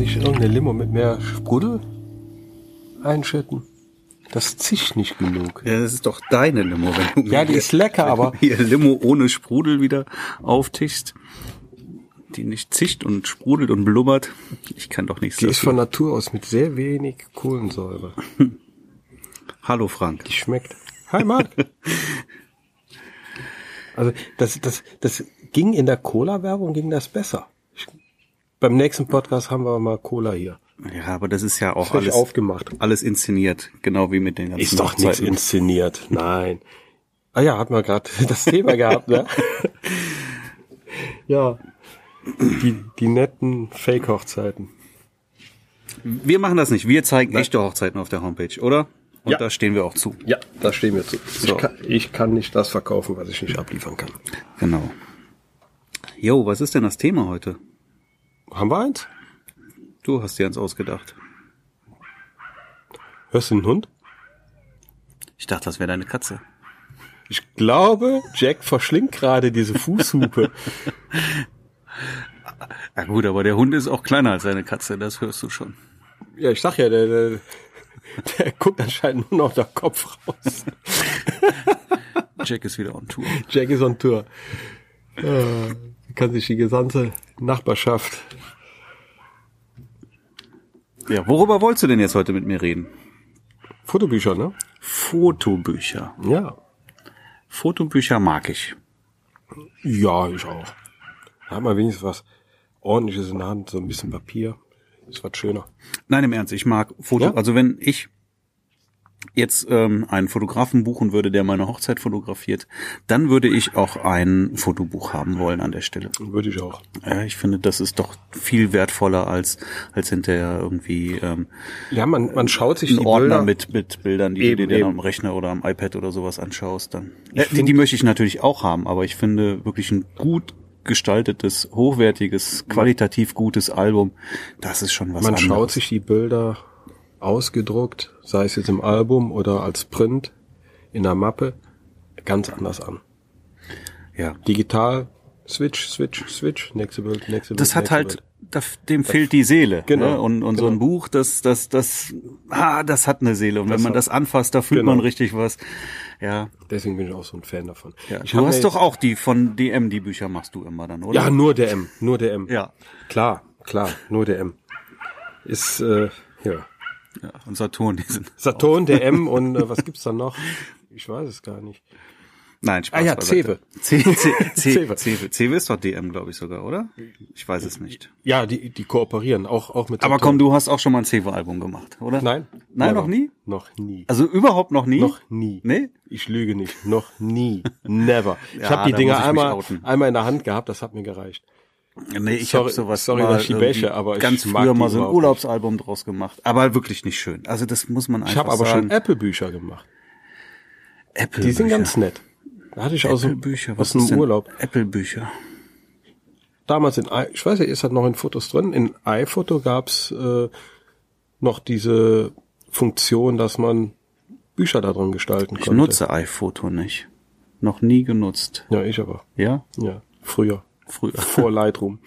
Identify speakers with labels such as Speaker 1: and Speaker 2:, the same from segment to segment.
Speaker 1: ich irgendeine Limo mit mehr Sprudel einschütten? Das zischt nicht genug.
Speaker 2: Ja, das ist doch deine Limo, wenn du
Speaker 1: Ja, die
Speaker 2: mir
Speaker 1: ist lecker, aber
Speaker 2: hier Limo ohne Sprudel wieder auftischst, die nicht zischt und sprudelt und blubbert. Ich kann doch nichts
Speaker 1: die ist
Speaker 2: dafür.
Speaker 1: von Natur aus mit sehr wenig Kohlensäure.
Speaker 2: Hallo Frank.
Speaker 1: Die schmeckt. Hi Marc. also das, das, das ging in der Cola-Werbung, ging das besser. Ich, beim nächsten Podcast haben wir mal Cola hier.
Speaker 2: Ja, aber das ist ja auch
Speaker 1: Frisch
Speaker 2: alles
Speaker 1: aufgemacht.
Speaker 2: alles inszeniert, genau wie mit den ganzen
Speaker 1: Ist doch nichts
Speaker 2: Hochzeiten.
Speaker 1: inszeniert. Nein. Ah ja, hat man gerade das Thema gehabt, ne? ja. Die, die netten Fake-Hochzeiten.
Speaker 2: Wir machen das nicht. Wir zeigen echte Hochzeiten auf der Homepage, oder? Und
Speaker 1: Ja.
Speaker 2: da stehen wir auch zu.
Speaker 1: Ja, da stehen wir zu.
Speaker 2: So.
Speaker 1: Ich, kann, ich kann nicht das verkaufen, was ich nicht abliefern kann.
Speaker 2: Genau. Jo, was ist denn das Thema heute?
Speaker 1: Haben wir eins?
Speaker 2: Du hast dir eins ausgedacht.
Speaker 1: Hörst du den Hund?
Speaker 2: Ich dachte, das wäre deine Katze.
Speaker 1: Ich glaube, Jack verschlingt gerade diese Fußhupe.
Speaker 2: Ja gut, aber der Hund ist auch kleiner als seine Katze, das hörst du schon.
Speaker 1: ja, ich sag ja, der, der, der guckt anscheinend nur noch der Kopf raus.
Speaker 2: Jack ist wieder on Tour.
Speaker 1: Jack ist on Tour. Äh, kann sich die gesamte Nachbarschaft.
Speaker 2: Ja, worüber wolltest du denn jetzt heute mit mir reden?
Speaker 1: Fotobücher, ne?
Speaker 2: Fotobücher.
Speaker 1: Ja.
Speaker 2: Fotobücher mag ich.
Speaker 1: Ja, ich auch. Da hat man wenigstens was ordentliches in der Hand, so ein bisschen Papier. Ist was schöner.
Speaker 2: Nein, im Ernst, ich mag Foto.
Speaker 1: Ja?
Speaker 2: Also wenn ich jetzt ähm, einen Fotografen buchen würde, der meine Hochzeit fotografiert, dann würde ich auch ein Fotobuch haben wollen an der Stelle.
Speaker 1: Würde ich auch.
Speaker 2: Ja, ich finde, das ist doch viel wertvoller als als hinterher irgendwie ähm,
Speaker 1: Ja, man, man schaut sich
Speaker 2: einen
Speaker 1: die
Speaker 2: Ordner
Speaker 1: Bilder
Speaker 2: mit mit Bildern, die
Speaker 1: Eben,
Speaker 2: du dir dann
Speaker 1: eben.
Speaker 2: am Rechner oder am iPad oder sowas anschaust. Dann
Speaker 1: Ich
Speaker 2: äh, die,
Speaker 1: find-
Speaker 2: die möchte ich natürlich auch haben, aber ich finde wirklich ein gut gestaltetes, hochwertiges, qualitativ gutes Album, das ist schon was
Speaker 1: Man
Speaker 2: anderes.
Speaker 1: schaut sich die Bilder ausgedruckt, sei es jetzt im Album oder als Print in einer Mappe, ganz anders an.
Speaker 2: ja.
Speaker 1: Digital, Switch, Switch, Switch, nächste Bild, nächste Bild.
Speaker 2: das hat
Speaker 1: nächste
Speaker 2: halt,
Speaker 1: Bild.
Speaker 2: da, dem fehlt die Seele.
Speaker 1: Genau,
Speaker 2: Ne? Und, und so ein Buch, das, das, das, ah, das hat eine Seele. Und wenn man
Speaker 1: hat-
Speaker 2: das anfasst, da fühlt
Speaker 1: Genau.
Speaker 2: man richtig was. Ja.
Speaker 1: Deswegen bin ich auch so ein Fan davon.
Speaker 2: ja.
Speaker 1: Ich
Speaker 2: Du
Speaker 1: habe
Speaker 2: hast
Speaker 1: mir
Speaker 2: doch
Speaker 1: jetzt-
Speaker 2: auch die von DM, die Bücher machst du immer dann, oder?
Speaker 1: Ja, nur DM, nur DM.
Speaker 2: Ja.
Speaker 1: Klar, klar, nur DM. Ist, äh, ja.
Speaker 2: ja. Und Saturn, die sind.
Speaker 1: Saturn, DM und äh, was gibt's da noch? Ich weiß es gar nicht.
Speaker 2: Nein, Spaß.
Speaker 1: Ah ja,
Speaker 2: beiseite. Zewe. Zewe.
Speaker 1: Zewe.
Speaker 2: Zewe. Zewe ist doch DM, glaube ich sogar, oder? Ich weiß es nicht.
Speaker 1: Ja, die, die kooperieren, auch, auch mit
Speaker 2: Aber komm,
Speaker 1: Saturn.
Speaker 2: du hast auch schon mal ein Zewe-Album gemacht, oder?
Speaker 1: Nein.
Speaker 2: Nein,
Speaker 1: never.
Speaker 2: noch nie?
Speaker 1: Noch nie.
Speaker 2: Also überhaupt noch nie?
Speaker 1: Noch nie.
Speaker 2: Nee?
Speaker 1: Ich lüge nicht. Noch nie. Never. Ich
Speaker 2: Ja,
Speaker 1: habe die
Speaker 2: da
Speaker 1: Dinger
Speaker 2: muss ich mich
Speaker 1: einmal,
Speaker 2: outen.
Speaker 1: einmal in der Hand gehabt, das hat mir gereicht.
Speaker 2: Nee, ich
Speaker 1: Sorry-
Speaker 2: habe sowas
Speaker 1: sorry,
Speaker 2: mal
Speaker 1: dass ich die Bäche,
Speaker 2: irgendwie
Speaker 1: aber ich
Speaker 2: ganz
Speaker 1: mag
Speaker 2: früher
Speaker 1: die
Speaker 2: mal so ein
Speaker 1: überhaupt nicht.
Speaker 2: Urlaubsalbum draus gemacht, aber wirklich nicht schön. Also das muss man einfach
Speaker 1: Ich habe aber
Speaker 2: sagen.
Speaker 1: schon Apple-Bücher gemacht.
Speaker 2: Apple
Speaker 1: Die sind ganz nett. Da hatte ich aus,
Speaker 2: Apple
Speaker 1: dem-
Speaker 2: Bücher, was
Speaker 1: aus einem
Speaker 2: ist denn
Speaker 1: Urlaub.
Speaker 2: Apple Bücher.
Speaker 1: Damals in, i- ich weiß ja, ist halt noch in Fotos drin. In iPhoto gab's äh, noch diese Funktion, dass man Bücher da drin gestalten
Speaker 2: Ich
Speaker 1: konnte.
Speaker 2: nutze iPhoto nicht. Noch nie genutzt.
Speaker 1: Ja, ich aber.
Speaker 2: Ja?
Speaker 1: Ja, früher.
Speaker 2: Früher.
Speaker 1: vor Lightroom.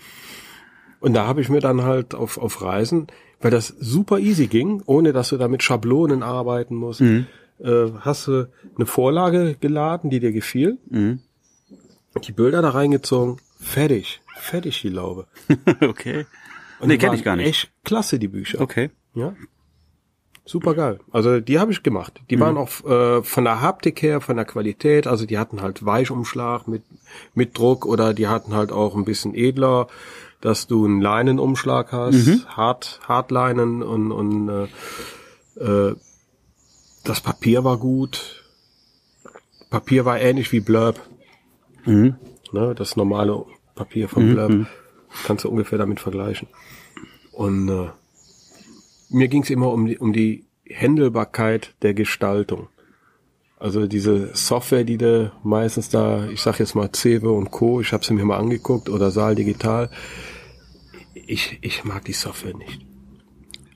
Speaker 1: Und da habe ich mir dann halt auf, auf Reisen, weil das super easy ging, ohne dass du da mit Schablonen arbeiten musst,
Speaker 2: Mhm.
Speaker 1: äh, hast du eine Vorlage geladen, die dir gefiel,
Speaker 2: Mhm.
Speaker 1: die Bilder da reingezogen, fertig, fertig die Laube.
Speaker 2: okay. nee,
Speaker 1: die
Speaker 2: kenne
Speaker 1: waren
Speaker 2: ich gar nicht.
Speaker 1: Echt klasse, die Bücher.
Speaker 2: Okay.
Speaker 1: Ja. Super geil. Also die habe ich gemacht. Die waren auch äh, von der Haptik her, von der Qualität, also die hatten halt Weichumschlag mit, mit Druck oder die hatten halt auch ein bisschen edler, dass du einen Leinenumschlag hast, Hart, Hartleinen und, und äh, äh, das Papier war gut. Papier war ähnlich wie Blurb. Ne, das normale Papier von Blurb. Kannst du ungefähr damit vergleichen. Und äh, mir ging es immer um die, um die Händelbarkeit der Gestaltung. Also diese Software, die du meistens da, ich sag jetzt mal Cewe und Co., ich habe sie mir mal angeguckt, oder Saal Digital. Ich, ich mag die Software nicht.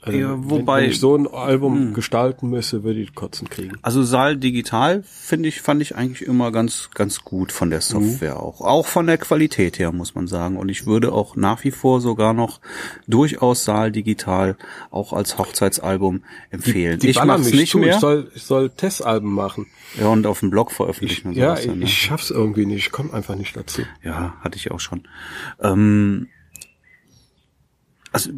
Speaker 1: Also,
Speaker 2: Ja,
Speaker 1: wenn-
Speaker 2: wobei- Mhm.
Speaker 1: wenn ich so ein Album gestalten müsste, würde ich Kotzen kriegen.
Speaker 2: Also Saal Digital finde ich fand ich eigentlich immer ganz ganz gut von
Speaker 1: Mhm.
Speaker 2: der Software auch, auch von der Qualität her muss man sagen. Und ich würde auch nach wie vor sogar noch durchaus Saal Digital auch als Hochzeitsalbum empfehlen. ich
Speaker 1: ballern
Speaker 2: mach's
Speaker 1: mich
Speaker 2: nicht
Speaker 1: zu.
Speaker 2: mehr
Speaker 1: Ich soll, ich soll Testalben machen.
Speaker 2: ja, und auf dem Blog veröffentlichen. und
Speaker 1: Ja,
Speaker 2: sowas dann,
Speaker 1: ich,
Speaker 2: ne?
Speaker 1: ich schaff's irgendwie nicht. Ich komme einfach nicht dazu.
Speaker 2: Ja, hatte ich auch schon. Ähm, also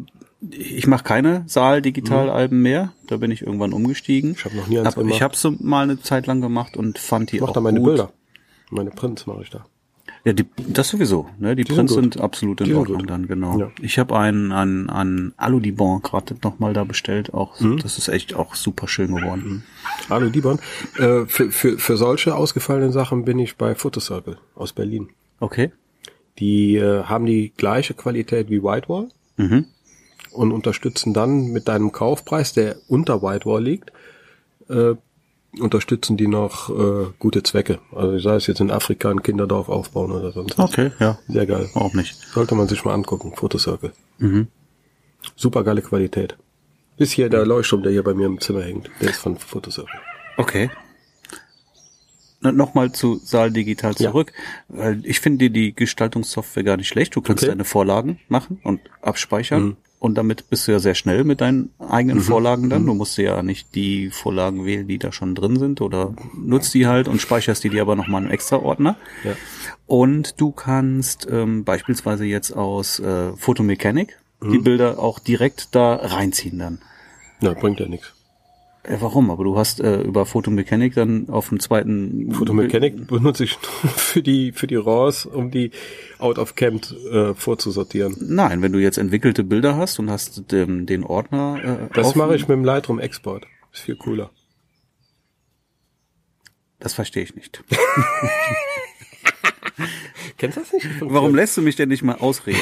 Speaker 2: ich mache keine Saal-Digitalalben mehr. Da bin ich irgendwann umgestiegen.
Speaker 1: Mhm. Ich hab noch nie eins
Speaker 2: Aber
Speaker 1: gemacht.
Speaker 2: Ich habe so mal eine Zeit lang gemacht und fand die
Speaker 1: Ich mach
Speaker 2: auch
Speaker 1: da meine
Speaker 2: gut.
Speaker 1: Bilder. Meine Prints mache ich da.
Speaker 2: Ja, die, das sowieso. Ne? Die,
Speaker 1: sind
Speaker 2: Prints
Speaker 1: gut.
Speaker 2: sind, absolut in
Speaker 1: Die sind
Speaker 2: Ordnung
Speaker 1: gut.
Speaker 2: dann, genau.
Speaker 1: Ja.
Speaker 2: Ich habe einen an, an Alu-Dibon gerade nochmal da bestellt. Auch
Speaker 1: Mhm.
Speaker 2: Das ist echt auch super schön geworden.
Speaker 1: Alu Dibon. Äh, für, für, für solche ausgefallenen Sachen bin ich bei Photocircle aus Berlin.
Speaker 2: Okay.
Speaker 1: Die äh, haben die gleiche Qualität wie Whitewall
Speaker 2: Mhm.
Speaker 1: und unterstützen dann mit deinem Kaufpreis, der unter Whitewall liegt, äh, unterstützen die noch äh, gute Zwecke. Also sei es jetzt in Afrika ein Kinderdorf aufbauen oder sonst was.
Speaker 2: Okay, ja.
Speaker 1: Sehr geil.
Speaker 2: Auch nicht.
Speaker 1: Sollte man sich mal angucken, Photocircle. Super geile Qualität. Ist hier der Leuchtturm, der hier bei mir im Zimmer hängt. Der ist von Photocircle.
Speaker 2: Okay. Nochmal zu Saal Digital
Speaker 1: Ja.
Speaker 2: zurück. Weil Ich finde die Gestaltungssoftware gar nicht schlecht. Du kannst
Speaker 1: Okay. Mhm.
Speaker 2: deine Vorlagen machen und abspeichern. Und damit bist du ja sehr schnell mit deinen eigenen Vorlagen
Speaker 1: Mhm.
Speaker 2: dann. Du musst ja nicht die Vorlagen wählen, die da schon drin sind oder nutzt die halt und speicherst die dir aber nochmal in einen extra Ordner.
Speaker 1: Ja.
Speaker 2: Und du kannst ähm, beispielsweise jetzt aus äh, Photomechanik die
Speaker 1: Mhm.
Speaker 2: Bilder auch direkt da reinziehen dann.
Speaker 1: Na, bringt ja nichts.
Speaker 2: Ja, warum? Aber du hast äh, über Photomechanik dann auf dem zweiten
Speaker 1: Photomechanic benutze ich nur für die, für die RAWs, um die out of camp äh, vorzusortieren.
Speaker 2: Nein, wenn du jetzt entwickelte Bilder hast und hast den, den Ordner. Äh,
Speaker 1: Das
Speaker 2: offen-
Speaker 1: mache ich mit dem Lightroom Export. Ist viel cooler.
Speaker 2: Das verstehe ich nicht.
Speaker 1: Kennst du das nicht?
Speaker 2: Warum lässt du mich denn nicht mal ausreden?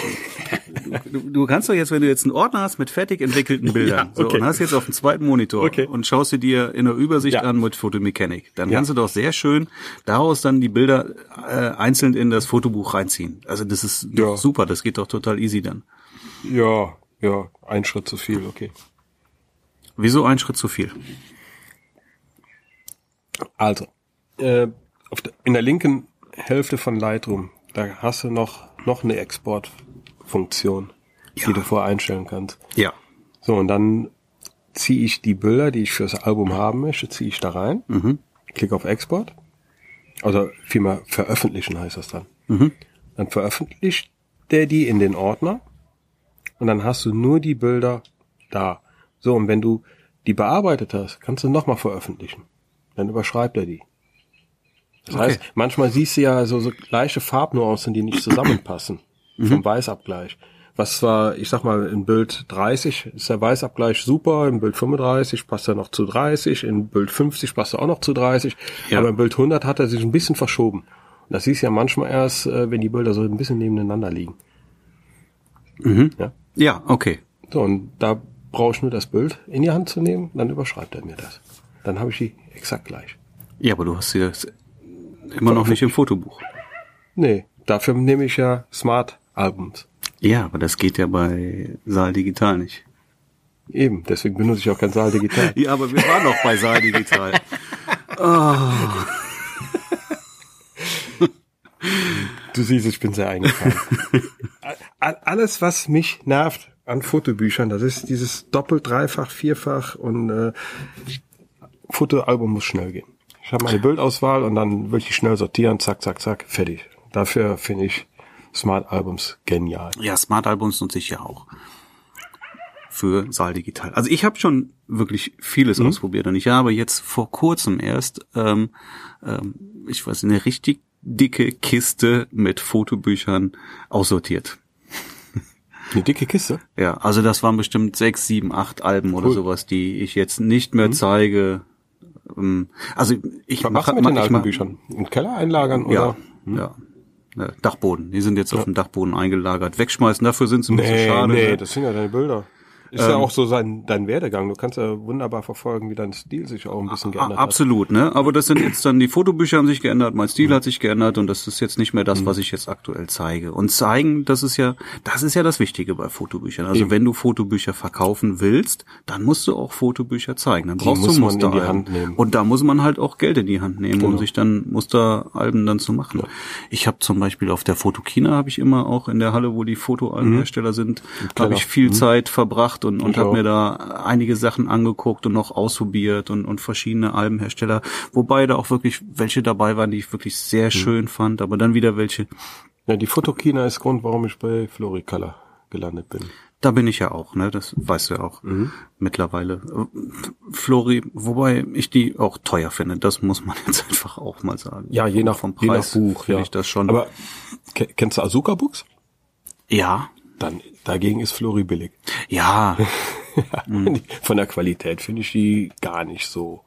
Speaker 2: Du, du, du kannst doch jetzt, wenn du jetzt einen Ordner hast mit fertig entwickelten Bildern
Speaker 1: Ja, okay.
Speaker 2: so, und hast jetzt auf dem zweiten Monitor
Speaker 1: Okay.
Speaker 2: und schaust sie dir in der Übersicht
Speaker 1: Ja.
Speaker 2: an mit Photomechanik, dann kannst du doch sehr schön daraus dann die Bilder äh, einzeln in das Fotobuch reinziehen. Also das ist doch
Speaker 1: Ja.
Speaker 2: super, das geht doch total easy dann.
Speaker 1: Ja, ja, ein Schritt zu viel, okay.
Speaker 2: Wieso ein Schritt zu viel?
Speaker 1: Also, äh, auf der, in der linken Hälfte von Lightroom, da hast du noch, noch eine Exportfunktion, die du vorher einstellen kannst.
Speaker 2: Ja.
Speaker 1: So, und dann ziehe ich die Bilder, die ich fürs Album haben möchte, ziehe ich da rein, klicke auf Export. Also vielmehr veröffentlichen heißt das dann. Dann veröffentlicht der die in den Ordner und dann hast du nur die Bilder da. So, und wenn du die bearbeitet hast, kannst du nochmal veröffentlichen. Dann überschreibt er die. Das heißt, manchmal siehst du ja so, so gleiche Farbnuancen, die nicht zusammenpassen. Vom Weißabgleich. Was zwar, ich sag mal, in Bild 30 ist der Weißabgleich super, im Bild 35 passt er noch zu 30, in Bild 50 passt er auch noch zu 30,
Speaker 2: Ja.
Speaker 1: aber im Bild 100 hat er sich ein bisschen verschoben. Und das siehst du ja manchmal erst, äh, wenn die Bilder so ein bisschen nebeneinander liegen. Ja?
Speaker 2: Ja, okay.
Speaker 1: So, und da brauche ich nur das Bild in die Hand zu nehmen, dann überschreibt er mir das. Dann habe ich die exakt gleich.
Speaker 2: Ja, aber du hast sie das immer noch nicht im Fotobuch.
Speaker 1: Nee, dafür nehme ich ja Smart-Albums.
Speaker 2: Ja, aber das geht ja bei Saal Digital nicht.
Speaker 1: Eben, deswegen benutze ich auch kein Saal Digital.
Speaker 2: Ja, aber wir waren noch bei Saal Digital.
Speaker 1: Du siehst, ich bin sehr eingefahren. A- Alles, was mich nervt an Fotobüchern, das ist dieses doppelt, dreifach, vierfach und äh, Fotoalbum muss schnell gehen. Ich habe meine Bildauswahl und dann will ich schnell sortieren, zack, zack, zack, fertig. Dafür finde ich Smart Albums genial.
Speaker 2: Ja, Smart Albums nutze ich ja auch. Für Saal Digital. Also ich habe schon wirklich vieles ausprobiert und ich habe jetzt vor kurzem erst, ähm, ähm, ich weiß, eine richtig dicke Kiste mit Fotobüchern aussortiert.
Speaker 1: Eine dicke Kiste.
Speaker 2: Ja, also das waren bestimmt sechs, sieben, acht Alben oder
Speaker 1: Cool.
Speaker 2: sowas, die ich jetzt nicht mehr zeige. Ähm, Also ich
Speaker 1: Was machst
Speaker 2: mache
Speaker 1: du mit den
Speaker 2: ich
Speaker 1: alten
Speaker 2: mach-
Speaker 1: Büchern? Im Keller einlagern
Speaker 2: Ja,
Speaker 1: oder?
Speaker 2: ja. Ne, Dachboden. Die sind jetzt auf dem Dachboden eingelagert. Wegschmeißen, dafür sind sie ein bisschen schade. ne?
Speaker 1: das sind ne? ja deine Bilder. Ist
Speaker 2: Ähm.
Speaker 1: ja auch so sein, dein Werdegang. Du kannst ja wunderbar verfolgen, wie dein Stil sich auch ein bisschen geändert
Speaker 2: A- Ah, Absolut, ne? Aber das sind jetzt dann die Fotobücher haben sich geändert, mein
Speaker 1: Mhm.
Speaker 2: Stil hat sich geändert und das ist jetzt nicht mehr das, was ich jetzt aktuell zeige. Und zeigen, das ist ja, das ist ja das Wichtige bei Fotobüchern. Also wenn du Fotobücher verkaufen willst, dann musst du auch Fotobücher zeigen. Dann brauchst
Speaker 1: muss
Speaker 2: du
Speaker 1: man in die
Speaker 2: Musteralben.
Speaker 1: Hand nehmen. Genau.
Speaker 2: Und da muss man halt auch Geld in die Hand nehmen, um sich dann Musteralben dann zu machen. Ich habe zum Beispiel auf der Fotokina habe ich immer auch in der Halle, wo die Fotoalbenhersteller sind, habe
Speaker 1: Mhm. Keller. Mhm.
Speaker 2: ich viel Zeit verbracht und, und
Speaker 1: Ich
Speaker 2: habe
Speaker 1: auch.
Speaker 2: mir da einige Sachen angeguckt und noch ausprobiert und, und verschiedene Albenhersteller, wobei da auch wirklich welche dabei waren, die ich wirklich sehr
Speaker 1: Mhm.
Speaker 2: schön fand, aber dann wieder welche,
Speaker 1: hat. Ja, die Fotokina ist Grund, warum ich bei Florikala gelandet bin.
Speaker 2: da bin ich ja auch, ne? Das weißt du ja auch
Speaker 1: Mhm.
Speaker 2: mittlerweile. Äh, Flori, wobei ich die auch teuer finde, das muss man jetzt einfach auch mal sagen.
Speaker 1: Ja, je nach,
Speaker 2: vom
Speaker 1: je nach
Speaker 2: Preis
Speaker 1: Buch,
Speaker 2: finde
Speaker 1: ja.
Speaker 2: ich das schon.
Speaker 1: Aber ke- kennst du Azuka Books?
Speaker 2: ja,
Speaker 1: Dann, dagegen ist Flori billig.
Speaker 2: ja, Mhm.
Speaker 1: Von der Qualität finde ich die gar nicht so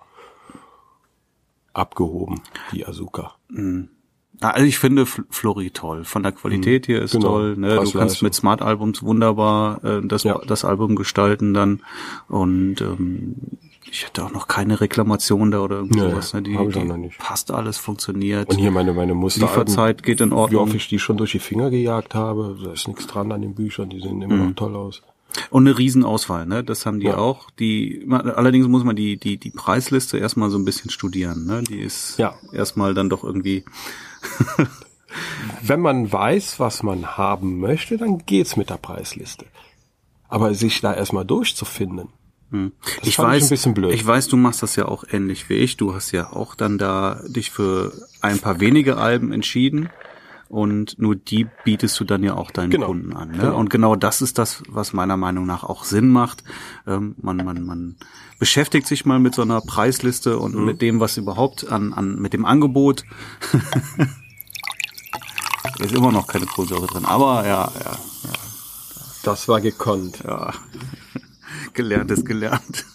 Speaker 1: abgehoben, die Azuka.
Speaker 2: Also ich finde Fl- Flori toll. Von der Qualität her ist
Speaker 1: Genau.
Speaker 2: toll. Ne? Du
Speaker 1: Preis-Leistung.
Speaker 2: kannst mit Smart Albums wunderbar äh, das,
Speaker 1: Ja.
Speaker 2: das Album gestalten dann. Und ähm, ich hatte auch noch keine Reklamation da oder irgend
Speaker 1: Nee,
Speaker 2: sowas. Ne? Die,
Speaker 1: hab ich auch
Speaker 2: die
Speaker 1: noch nicht.
Speaker 2: passt alles, funktioniert.
Speaker 1: Und hier meine, meine Muster.
Speaker 2: Lieferzeit geht in
Speaker 1: Wie
Speaker 2: Ordnung.
Speaker 1: oft ich die schon durch die Finger gejagt habe. Da ist nichts dran an den Büchern. Die sehen
Speaker 2: Mhm.
Speaker 1: immer noch toll aus.
Speaker 2: Und eine Riesenauswahl, ne? Das haben die
Speaker 1: Ja.
Speaker 2: auch. Die man, allerdings muss man die, die, die Preisliste erstmal so ein bisschen studieren. Ne? Die ist
Speaker 1: Ja.
Speaker 2: erstmal dann doch irgendwie
Speaker 1: Wenn man weiß, was man haben möchte, dann geht's mit der Preisliste. Aber sich da erstmal durchzufinden. Das
Speaker 2: Hm. ich
Speaker 1: fand
Speaker 2: weiß,
Speaker 1: ich ein bisschen blöd.
Speaker 2: ich weiß, du machst das ja auch ähnlich wie ich. Du hast ja auch dann da dich für ein paar wenige Alben entschieden und nur die bietest du dann ja auch deinen
Speaker 1: Genau.
Speaker 2: Kunden an. Ne?
Speaker 1: Genau.
Speaker 2: Und genau das ist das, was meiner Meinung nach auch Sinn macht. Ähm, man, man, man beschäftigt sich mal mit so einer Preisliste und
Speaker 1: Mhm.
Speaker 2: mit dem, was überhaupt an, an mit dem Angebot. da ist immer noch keine Kohlensäure drin, aber ja, ja,
Speaker 1: Das war gekonnt.
Speaker 2: ja. Gelernt ist gelernt.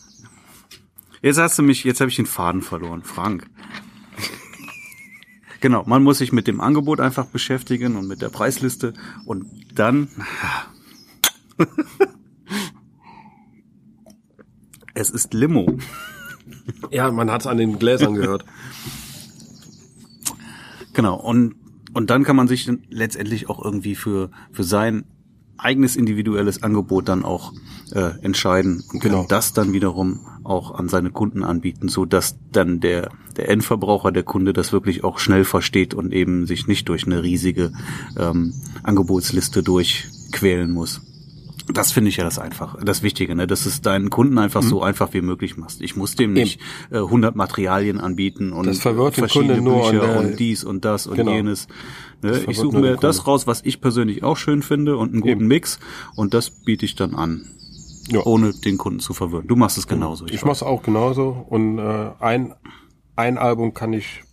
Speaker 2: Jetzt hast du mich, jetzt habe ich den Faden verloren, Frank. Genau, man muss sich mit dem Angebot einfach beschäftigen und mit der Preisliste und dann. Es ist Limo.
Speaker 1: Ja, man hat's an den Gläsern gehört.
Speaker 2: Genau, und, und dann kann man sich dann letztendlich auch irgendwie für, für sein eigenes individuelles Angebot dann auch äh, entscheiden und
Speaker 1: Genau.
Speaker 2: kann das dann wiederum auch an seine Kunden anbieten, so dass dann der, der Endverbraucher, der Kunde das wirklich auch schnell versteht und eben sich nicht durch eine riesige ähm, Angebotsliste durchquälen muss. Das finde ich ja das einfach, das Wichtige, ne? dass es deinen Kunden einfach
Speaker 1: Mhm.
Speaker 2: so einfach wie möglich machst. Ich muss dem nicht äh, 100 Materialien anbieten und
Speaker 1: Das verwirrt den
Speaker 2: verschiedene
Speaker 1: Kunden nur und,
Speaker 2: Bücher
Speaker 1: äh,
Speaker 2: und dies und das und
Speaker 1: genau.
Speaker 2: jenes. Ne? Ich
Speaker 1: verwirrt
Speaker 2: suche
Speaker 1: nur
Speaker 2: mir
Speaker 1: den
Speaker 2: das
Speaker 1: Kunden.
Speaker 2: raus, was ich persönlich auch schön finde und einen guten
Speaker 1: Eben.
Speaker 2: Mix und das biete ich dann an,
Speaker 1: Ja. Genau.
Speaker 2: ohne den Kunden zu verwirren. Du machst es genauso.
Speaker 1: Ich
Speaker 2: weiß.
Speaker 1: mach's auch genauso. Und äh, ein, ein Album kann ich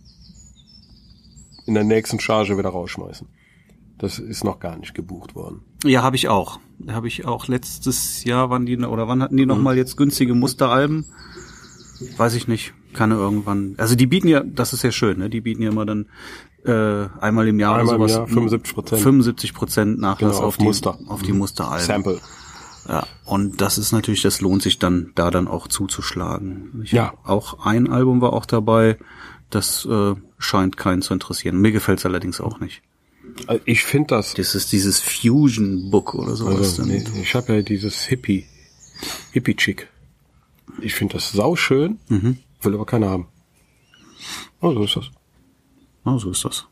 Speaker 1: in der nächsten Charge wieder rausschmeißen. Das ist noch gar nicht gebucht worden.
Speaker 2: ja, habe ich auch. Habe ich auch letztes Jahr, wann die oder wann hatten die
Speaker 1: Mhm.
Speaker 2: nochmal jetzt günstige Musteralben? Weiß ich nicht. Kann irgendwann. Also die bieten ja, das ist ja schön, ne? Die bieten ja immer dann äh, einmal im Jahr
Speaker 1: Einmal im
Speaker 2: oder sowas.
Speaker 1: Jahr 75%.
Speaker 2: 75 Prozent Nachlass
Speaker 1: Genau,
Speaker 2: auf,
Speaker 1: auf
Speaker 2: die
Speaker 1: Muster.
Speaker 2: auf die Musteralben.
Speaker 1: Sample.
Speaker 2: Ja, und das ist natürlich, das lohnt sich dann, da dann auch zuzuschlagen. Ich
Speaker 1: Ja.
Speaker 2: hab Auch ein Album war auch dabei, das äh, scheint keinen zu interessieren. Mir gefällt's allerdings auch nicht.
Speaker 1: Also ich finde das.
Speaker 2: Das ist dieses Fusion Book oder sowas.
Speaker 1: Also,
Speaker 2: dann.
Speaker 1: nee, ich habe ja dieses Hippie. Hippie-Chick. Ich finde das sauschön,
Speaker 2: Mhm.
Speaker 1: will aber keiner haben. Oh, so ist das.
Speaker 2: Na, so ist das.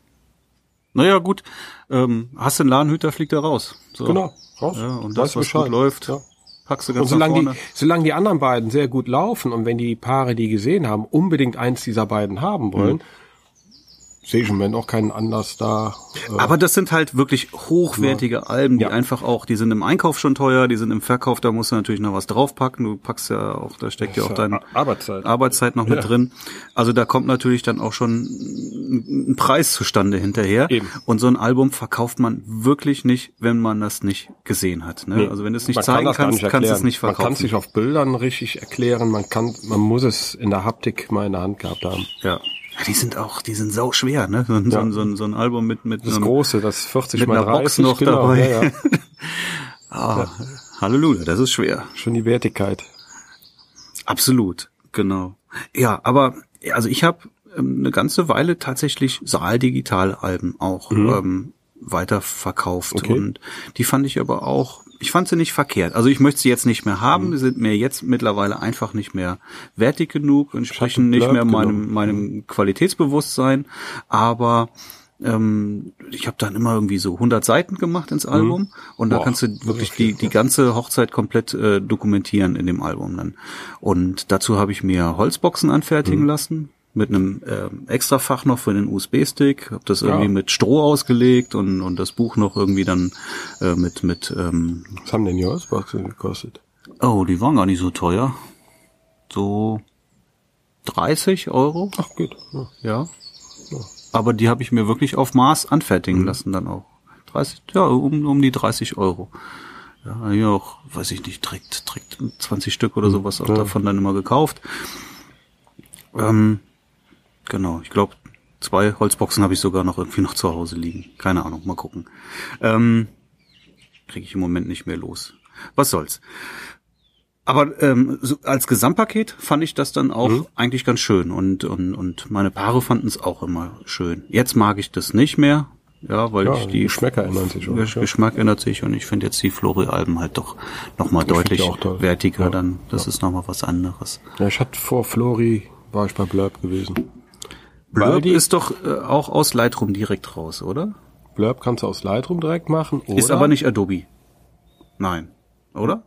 Speaker 2: Naja, gut. Ähm, hast du einen Ladenhüter, fliegt er raus. So.
Speaker 1: Genau, raus.
Speaker 2: Ja, und
Speaker 1: Weiß
Speaker 2: das, was gut
Speaker 1: Bescheid.
Speaker 2: läuft,
Speaker 1: Ja.
Speaker 2: packst du
Speaker 1: Und
Speaker 2: ganz nach
Speaker 1: solange
Speaker 2: vorne.
Speaker 1: die, solange die anderen beiden sehr gut laufen und wenn die Paare, die gesehen haben, unbedingt eins dieser beiden
Speaker 2: Mhm.
Speaker 1: haben wollen, sehe ich im Moment auch keinen Anlass da. Äh,
Speaker 2: Aber das sind halt wirklich hochwertige Alben, die
Speaker 1: Ja.
Speaker 2: einfach auch, die sind im Einkauf schon teuer, die sind im Verkauf, da musst du natürlich noch was draufpacken. Du packst ja auch, da steckt ja auch
Speaker 1: ja
Speaker 2: dein
Speaker 1: Ar- Arbeitszeit.
Speaker 2: Arbeitszeit noch mit
Speaker 1: Ja.
Speaker 2: drin. Also da kommt natürlich dann auch schon ein ein Preis zustande hinterher.
Speaker 1: Eben.
Speaker 2: Und so ein Album verkauft man wirklich nicht, wenn man das nicht gesehen hat. Ne?
Speaker 1: Nee,
Speaker 2: Also wenn du es nicht
Speaker 1: man
Speaker 2: zeigen
Speaker 1: das gar
Speaker 2: kannst,
Speaker 1: nicht
Speaker 2: kannst du es
Speaker 1: erklären.
Speaker 2: nicht
Speaker 1: Man kann es
Speaker 2: verkaufen.
Speaker 1: sich auf Bildern richtig erklären, man kann, man muss es in der Haptik mal in der Hand gehabt haben.
Speaker 2: ja. ja, die sind auch, die sind sau schwer, ne? So, ein- so, ein- so, ein- so ein Album mit mit
Speaker 1: Das
Speaker 2: einem-
Speaker 1: große, das 40
Speaker 2: Mit
Speaker 1: mal
Speaker 2: einer
Speaker 1: 30,
Speaker 2: Box noch
Speaker 1: genau,
Speaker 2: dabei.
Speaker 1: Ja, ja.
Speaker 2: Ah, Halleluja, das ist schwer.
Speaker 1: Schon die Wertigkeit.
Speaker 2: Absolut, genau. Ja, aber also ich habe ähm, eine ganze Weile tatsächlich Saal-Digital-Alben auch ähm, weiterverkauft.
Speaker 1: Mhm. Okay.
Speaker 2: Und die fand ich aber auch, ich fand sie nicht verkehrt. Also ich möchte sie jetzt nicht mehr
Speaker 1: Mhm.
Speaker 2: haben, die sind mir jetzt mittlerweile einfach nicht mehr wertig genug, entsprechen nicht
Speaker 1: bleibt
Speaker 2: mehr meinem,
Speaker 1: genau.
Speaker 2: meinem Qualitätsbewusstsein, aber ähm, ich habe dann immer irgendwie so 100 Seiten gemacht ins Album und da
Speaker 1: Mhm. Boah, also
Speaker 2: kannst du
Speaker 1: das ist
Speaker 2: wirklich
Speaker 1: viel.
Speaker 2: die, die ganze Hochzeit komplett äh, dokumentieren in dem Album dann. Und dazu habe ich mir Holzboxen anfertigen lassen mit einem ähm, extra Fach noch für den USB-Stick, habe das irgendwie mit Stroh ausgelegt und, und das Buch noch irgendwie dann äh, mit mit ähm,
Speaker 1: Was haben denn die Holzboxen gekostet?
Speaker 2: oh die waren gar nicht so teuer so 30 Euro
Speaker 1: Ach, gut. Ja.
Speaker 2: ja. Aber die habe ich mir wirklich auf Maß anfertigen lassen dann auch. 30, ja, um, um die 30 Euro. Ja, ja auch, weiß ich nicht, direkt, direkt 20 Stück oder sowas auch
Speaker 1: Hm, Ja.
Speaker 2: davon dann immer gekauft. Ähm, genau, ich glaube, zwei Holzboxen habe ich sogar noch irgendwie noch zu Hause liegen. Keine Ahnung, mal gucken. Ähm, Kriege ich im Moment nicht mehr los. Was soll's. Aber ähm, so als Gesamtpaket fand ich das dann auch
Speaker 1: Hm.
Speaker 2: eigentlich ganz schön und und und meine Paare fanden es auch immer schön. Jetzt mag ich das nicht mehr, ja, weil
Speaker 1: Ja,
Speaker 2: ich die
Speaker 1: Geschmäcker ändern sich auch,
Speaker 2: Gesch
Speaker 1: ja.
Speaker 2: Geschmack ändert sich und ich finde jetzt die Flori-Alben halt doch noch mal
Speaker 1: find die
Speaker 2: deutlich
Speaker 1: auch toll.
Speaker 2: wertiger.
Speaker 1: Ja,
Speaker 2: Dann das ist noch mal was anderes.
Speaker 1: ja, ich hatte vor Flori, war ich bei Blurb gewesen.
Speaker 2: Blurb
Speaker 1: die-
Speaker 2: ist doch äh, auch aus Lightroom direkt raus, oder?
Speaker 1: Blurb kannst du aus Lightroom direkt machen, oder?
Speaker 2: Ist aber nicht Adobe. Nein, oder?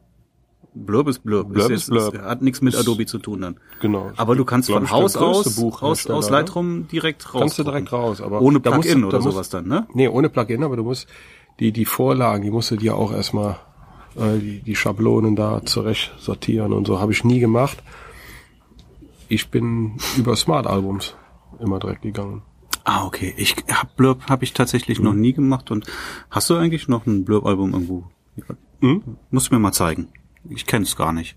Speaker 2: Blurb ist Blurb.
Speaker 1: Blurb
Speaker 2: jetzt-
Speaker 1: ist Blurb.
Speaker 2: Hat nichts mit Adobe zu tun dann.
Speaker 1: Genau.
Speaker 2: Aber du kannst
Speaker 1: Glaub
Speaker 2: von
Speaker 1: ich,
Speaker 2: Haus
Speaker 1: der größte
Speaker 2: aus, aus,
Speaker 1: Buchhersteller,
Speaker 2: aus
Speaker 1: ne?
Speaker 2: Lightroom direkt raus.
Speaker 1: Kannst du direkt raus, aber
Speaker 2: Ohne
Speaker 1: da musst
Speaker 2: Plugin
Speaker 1: du- da
Speaker 2: oder
Speaker 1: musst-
Speaker 2: sowas dann, ne?
Speaker 1: Nee, ohne Plugin, aber du musst die, die Vorlagen, die musst du dir auch erstmal, äh, die, die Schablonen da zurecht sortieren und so. Habe ich nie gemacht. Ich bin über Smart Albums immer direkt gegangen.
Speaker 2: Ah, okay. Ich hab Blurb habe ich tatsächlich noch
Speaker 1: Mhm.
Speaker 2: nie gemacht und hast du eigentlich noch ein Blurb-Album irgendwo?
Speaker 1: Hm?
Speaker 2: Musst du mir mal zeigen. Ich kenn's gar nicht.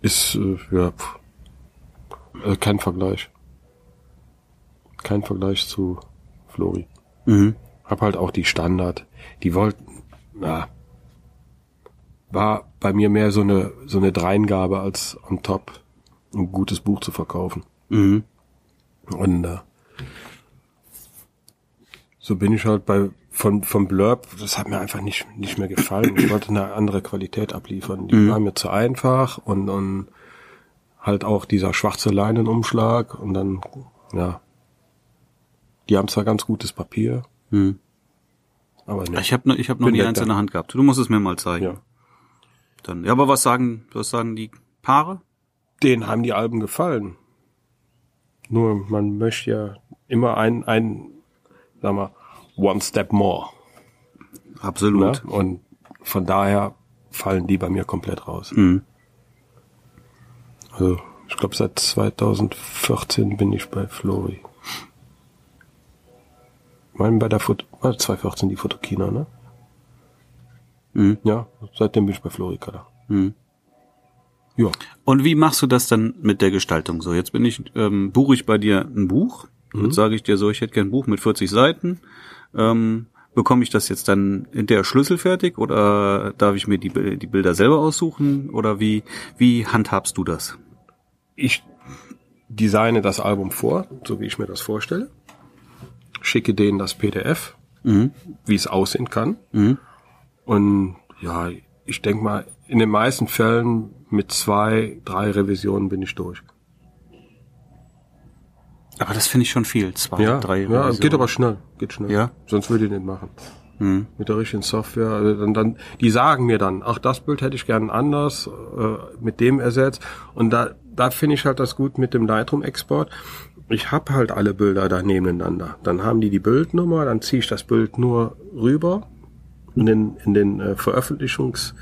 Speaker 1: Ist, äh, ja, pff. Also kein Vergleich. Kein Vergleich zu Flori.
Speaker 2: Mhm.
Speaker 1: Hab halt auch die Standard. Die wollten, na, war bei mir mehr so eine, so eine Dreingabe als on top ein gutes Buch zu verkaufen.
Speaker 2: Mhm.
Speaker 1: Und äh, so bin ich halt bei von vom Blurb, das hat mir einfach nicht nicht mehr gefallen. Ich wollte eine andere Qualität abliefern.
Speaker 2: Mhm.
Speaker 1: Die war mir zu einfach und und halt auch dieser schwarze Leinenumschlag und dann ja. Die haben zwar ganz gutes Papier,
Speaker 2: Mhm.
Speaker 1: aber ne,
Speaker 2: Ich habe ne, ich hab noch
Speaker 1: Bin
Speaker 2: nie
Speaker 1: weg
Speaker 2: eins in
Speaker 1: dann.
Speaker 2: der Hand gehabt. Du musst es mir mal zeigen.
Speaker 1: ja.
Speaker 2: Dann. Ja, aber was sagen, was sagen die Paare?
Speaker 1: Denen haben die Alben gefallen. Nur man möchte ja immer ein ein sag mal one step more. Ne?
Speaker 2: Absolut.
Speaker 1: Und von daher fallen die bei mir komplett raus.
Speaker 2: Mhm.
Speaker 1: Also ich glaube, seit 2014 bin ich bei Flori. Ich meine, bei der Foto, war 2014 die Fotokina, ne?
Speaker 2: Mhm.
Speaker 1: Ja, seitdem bin ich bei Flori, Kader.
Speaker 2: Mhm.
Speaker 1: Ja,
Speaker 2: Und wie machst du das dann mit der Gestaltung? So, jetzt bin ich, ähm, buche ich bei dir ein Buch. Jetzt sage ich dir so, ich hätte gern ein Buch mit 40 Seiten. Ähm, bekomme ich das jetzt dann in der Schlüssel fertig oder darf ich mir die, Bil- die Bilder selber aussuchen? Oder wie, wie handhabst du das?
Speaker 1: ich designe das Album vor, so wie ich mir das vorstelle. Schicke denen das PDF, wie es aussehen kann. Und ja, ich denke mal, in den meisten Fällen mit zwei, drei Revisionen bin ich durch.
Speaker 2: Aber das finde ich schon viel. Zwei,
Speaker 1: Ja,
Speaker 2: drei
Speaker 1: ja
Speaker 2: Revisionen.
Speaker 1: geht aber schnell, geht schnell.
Speaker 2: Ja. Hm.
Speaker 1: Sonst würde ich den machen. Mit der richtigen Software. Also dann, dann, die sagen mir dann, ach, das Bild hätte ich gern anders, äh, mit dem ersetzt. Und da, da finde ich halt das gut mit dem Lightroom-Export. Ich habe halt alle Bilder da nebeneinander. Dann haben die die Bildnummer, dann ziehe ich das Bild nur rüber in den, in den äh, Veröffentlichungs-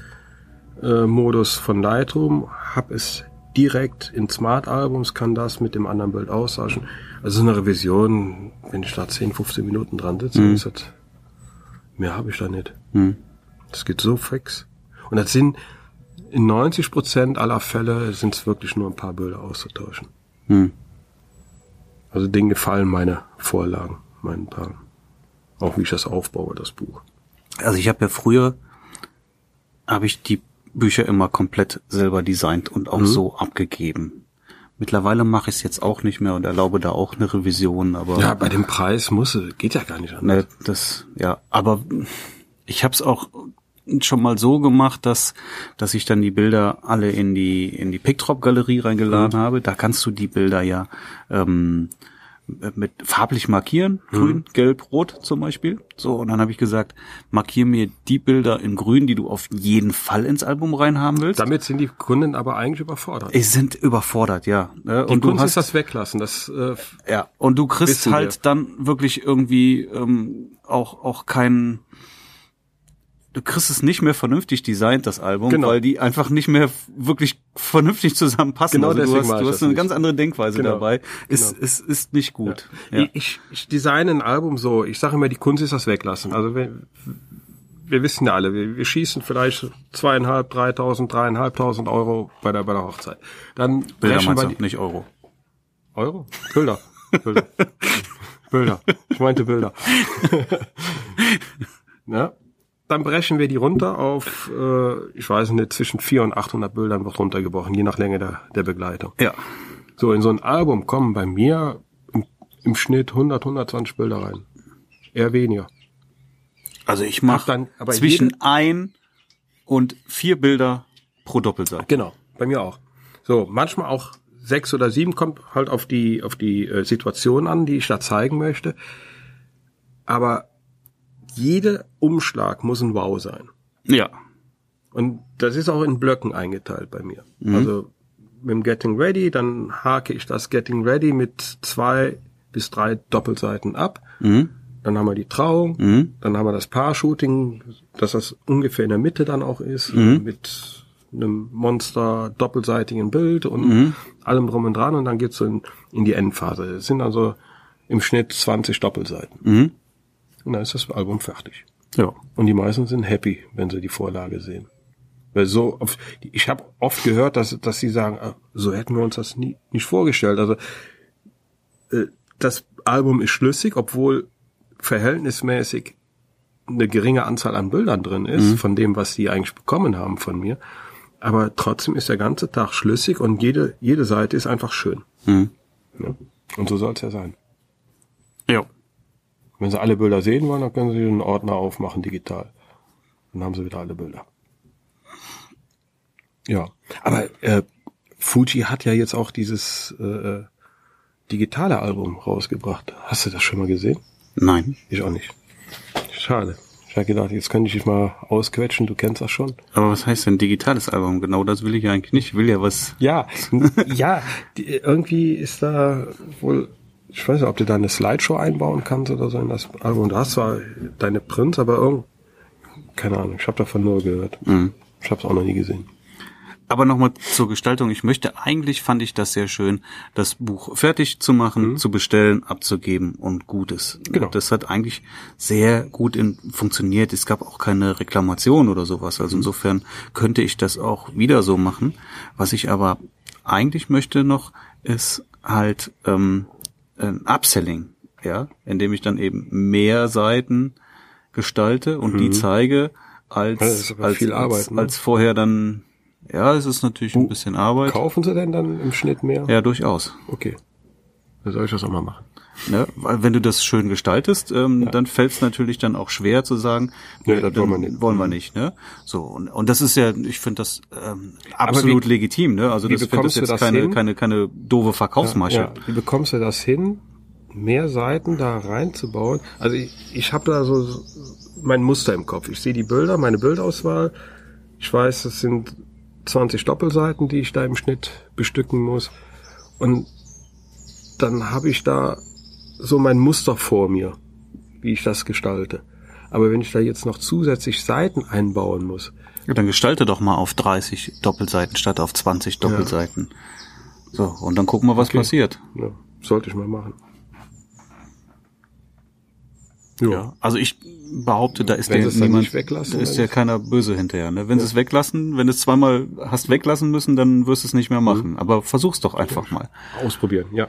Speaker 1: äh, Modus von Lightroom, hab es direkt in Smart Albums, kann das mit dem anderen Bild austauschen. Also so eine Revision, wenn ich da 10, 15 Minuten dran sitze, ist das, mehr habe ich da nicht. Das geht so fix. Und das sind in 90 Prozent aller Fälle sind es wirklich nur ein paar Bilder auszutauschen. Also denen gefallen meine Vorlagen, meinen Paaren. Auch wie ich das aufbaue, das Buch.
Speaker 2: Also ich habe ja früher habe ich die Bücher immer komplett selber designt und auch so abgegeben. Mittlerweile mache ich es jetzt auch nicht mehr und erlaube da auch eine Revision, aber
Speaker 1: Ja, bei dem Preis muss, geht ja gar nicht anders.
Speaker 2: Ne, das, ja, aber ich habe es auch schon mal so gemacht, dass, dass ich dann die Bilder alle in die, in die Pictrop-Galerie reingeladen
Speaker 1: Mhm.
Speaker 2: habe. Da kannst du die Bilder ja ähm, mit farblich markieren,
Speaker 1: Mhm.
Speaker 2: grün, gelb, rot zum Beispiel. So, und dann habe ich gesagt, markier mir die Bilder in grün, die du auf jeden Fall ins Album reinhaben willst.
Speaker 1: Damit sind die Kunden aber eigentlich überfordert.
Speaker 2: Sie sind überfordert, ja. ne?
Speaker 1: Die
Speaker 2: Und du
Speaker 1: Kunst
Speaker 2: hast
Speaker 1: ist das weglassen. Das, äh,
Speaker 2: ja, und du kriegst
Speaker 1: Wissen wir.
Speaker 2: halt dann wirklich irgendwie ähm, auch auch keinen Du kriegst es nicht mehr vernünftig designt, das Album,
Speaker 1: Genau.
Speaker 2: weil die einfach nicht mehr f- wirklich vernünftig zusammenpassen.
Speaker 1: Genau
Speaker 2: also du
Speaker 1: deswegen
Speaker 2: hast,
Speaker 1: mach ich
Speaker 2: du
Speaker 1: das
Speaker 2: hast eine
Speaker 1: nicht.
Speaker 2: ganz andere Denkweise
Speaker 1: Genau.
Speaker 2: dabei. Ist, ist, ist nicht gut. Ja.
Speaker 1: ich, ich designe ein Album so. Ich sage immer, die Kunst ist das weglassen. Also wir, wir wissen ja alle, wir, wir schießen vielleicht zweieinhalb, dreitausend, dreieinhalbtausend Euro bei der, bei der Hochzeit. Dann
Speaker 2: Bilder
Speaker 1: brechen
Speaker 2: meinst
Speaker 1: wir
Speaker 2: du, nicht Euro.
Speaker 1: Euro? Bilder. Bilder. Bilder. Ich meinte Bilder. Na? Dann brechen wir die runter auf, äh, ich weiß nicht, zwischen 400 und 800 Bildern wird runtergebrochen, je nach Länge der, der Begleitung.
Speaker 2: Ja.
Speaker 1: So, in so ein Album kommen bei mir im, im Schnitt 100, 120 Bilder rein. Eher weniger.
Speaker 2: Also ich mache
Speaker 1: Hab dann aber
Speaker 2: zwischen ein und vier Bilder pro Doppelseite.
Speaker 1: Genau, bei mir auch. So, manchmal auch sechs oder sieben kommt halt auf die auf die äh, Situation an, die ich da zeigen möchte. Aber jeder Umschlag muss ein Wow sein.
Speaker 2: Ja.
Speaker 1: Und das ist auch in Blöcken eingeteilt bei mir. Also mit dem Getting Ready, dann hake ich das Getting Ready mit zwei bis drei Doppelseiten ab. Dann haben wir die Trauung, dann haben wir das Paar-Shooting, dass das ungefähr in der Mitte dann auch ist, mit einem Monster doppelseitigen Bild und allem drum und dran und dann geht's so in, in die Endphase. Es sind also im Schnitt 20 Doppelseiten. Und dann ist das Album fertig.
Speaker 2: Ja.
Speaker 1: Und die meisten sind happy, wenn sie die Vorlage sehen. Weil so oft, ich habe oft gehört, dass, dass sie sagen, ah, so hätten wir uns das nie, nicht vorgestellt. Also äh, das Album ist schlüssig, obwohl verhältnismäßig eine geringe Anzahl an Bildern drin ist, von dem, was sie eigentlich bekommen haben von mir. Aber trotzdem ist der ganze Tag schlüssig und jede, jede Seite ist einfach schön. Ja? Und so soll es ja sein.
Speaker 2: Ja.
Speaker 1: Wenn sie alle Bilder sehen wollen, dann können sie einen Ordner aufmachen, digital. Dann haben sie wieder alle Bilder. Ja, aber äh, Fuji hat ja jetzt auch dieses äh, äh, digitale Album rausgebracht. Hast du das schon mal gesehen?
Speaker 2: Nein.
Speaker 1: Ich auch nicht. Schade. Ich habe gedacht, jetzt könnte ich dich mal ausquetschen, du kennst das schon.
Speaker 2: Aber was heißt denn digitales Album? Genau das will ich ja eigentlich nicht. Ich will ja was.
Speaker 1: Ja, ja, die, irgendwie ist da wohl, ich weiß nicht, ob du da eine Slideshow einbauen kannst oder so in das Album. Du hast zwar deine Prints, aber irgend, keine Ahnung, ich habe davon nur gehört. Ich habe es auch noch nie gesehen.
Speaker 2: Aber nochmal zur Gestaltung. Ich möchte, eigentlich fand ich das sehr schön, das Buch fertig zu machen, zu bestellen, abzugeben und Gutes.
Speaker 1: Mhm. Genau.
Speaker 2: Das hat eigentlich sehr gut in, funktioniert. Es gab auch keine Reklamation oder sowas.
Speaker 1: Mhm.
Speaker 2: Also insofern könnte ich das auch wieder so machen. Was ich aber eigentlich möchte noch, ist halt ähm, ein Upselling. Ja, indem ich dann eben mehr Seiten gestalte und die zeige als,
Speaker 1: Ja, Mhm. das ist aber
Speaker 2: als,
Speaker 1: viel
Speaker 2: als,
Speaker 1: Arbeit, ne?
Speaker 2: als vorher dann, ja, es ist natürlich
Speaker 1: Oh,
Speaker 2: ein bisschen Arbeit.
Speaker 1: Kaufen sie denn dann im Schnitt mehr?
Speaker 2: Ja, durchaus.
Speaker 1: Okay. Dann soll ich das auch mal machen.
Speaker 2: Ne? Weil wenn du das schön gestaltest, ähm, dann fällt es natürlich dann auch schwer zu sagen,
Speaker 1: Nee,
Speaker 2: äh,
Speaker 1: das
Speaker 2: dann
Speaker 1: wollen wir nicht. Mhm.
Speaker 2: Wollen wir nicht ne? So und, und das ist ja, ich finde das ähm,
Speaker 1: Aber
Speaker 2: absolut
Speaker 1: wie-
Speaker 2: legitim. Ne? Also
Speaker 1: wie
Speaker 2: das ich find
Speaker 1: bekommst
Speaker 2: das
Speaker 1: du das
Speaker 2: jetzt keine,
Speaker 1: hin?
Speaker 2: keine keine doofe Verkaufsmasche.
Speaker 1: Ja, wie bekommst du das hin, mehr Seiten da reinzubauen? Also ich, ich habe da so mein Muster im Kopf. Ich sehe die Bilder, meine Bildauswahl. Ich weiß, es sind 20 Doppelseiten, die ich da im Schnitt bestücken muss. Und dann habe ich da so mein Muster vor mir, wie ich das gestalte. Aber wenn ich da jetzt noch zusätzlich Seiten einbauen muss,
Speaker 2: Dann gestalte doch mal auf 30 Doppelseiten statt auf 20 Doppelseiten. So und dann gucken wir, was passiert.
Speaker 1: ja, sollte ich mal machen.
Speaker 2: Ja, also ich behaupte, da ist
Speaker 1: Wenn
Speaker 2: dir
Speaker 1: sie es dann
Speaker 2: niemand,
Speaker 1: nicht weglassen,
Speaker 2: da ist
Speaker 1: dann
Speaker 2: dir keiner böse hinterher. Ne? Wenn sie es weglassen, wenn du es zweimal hast weglassen müssen, dann wirst du es nicht
Speaker 1: Mhm.
Speaker 2: mehr machen. Aber versuch's doch einfach mal.
Speaker 1: Ausprobieren, ja.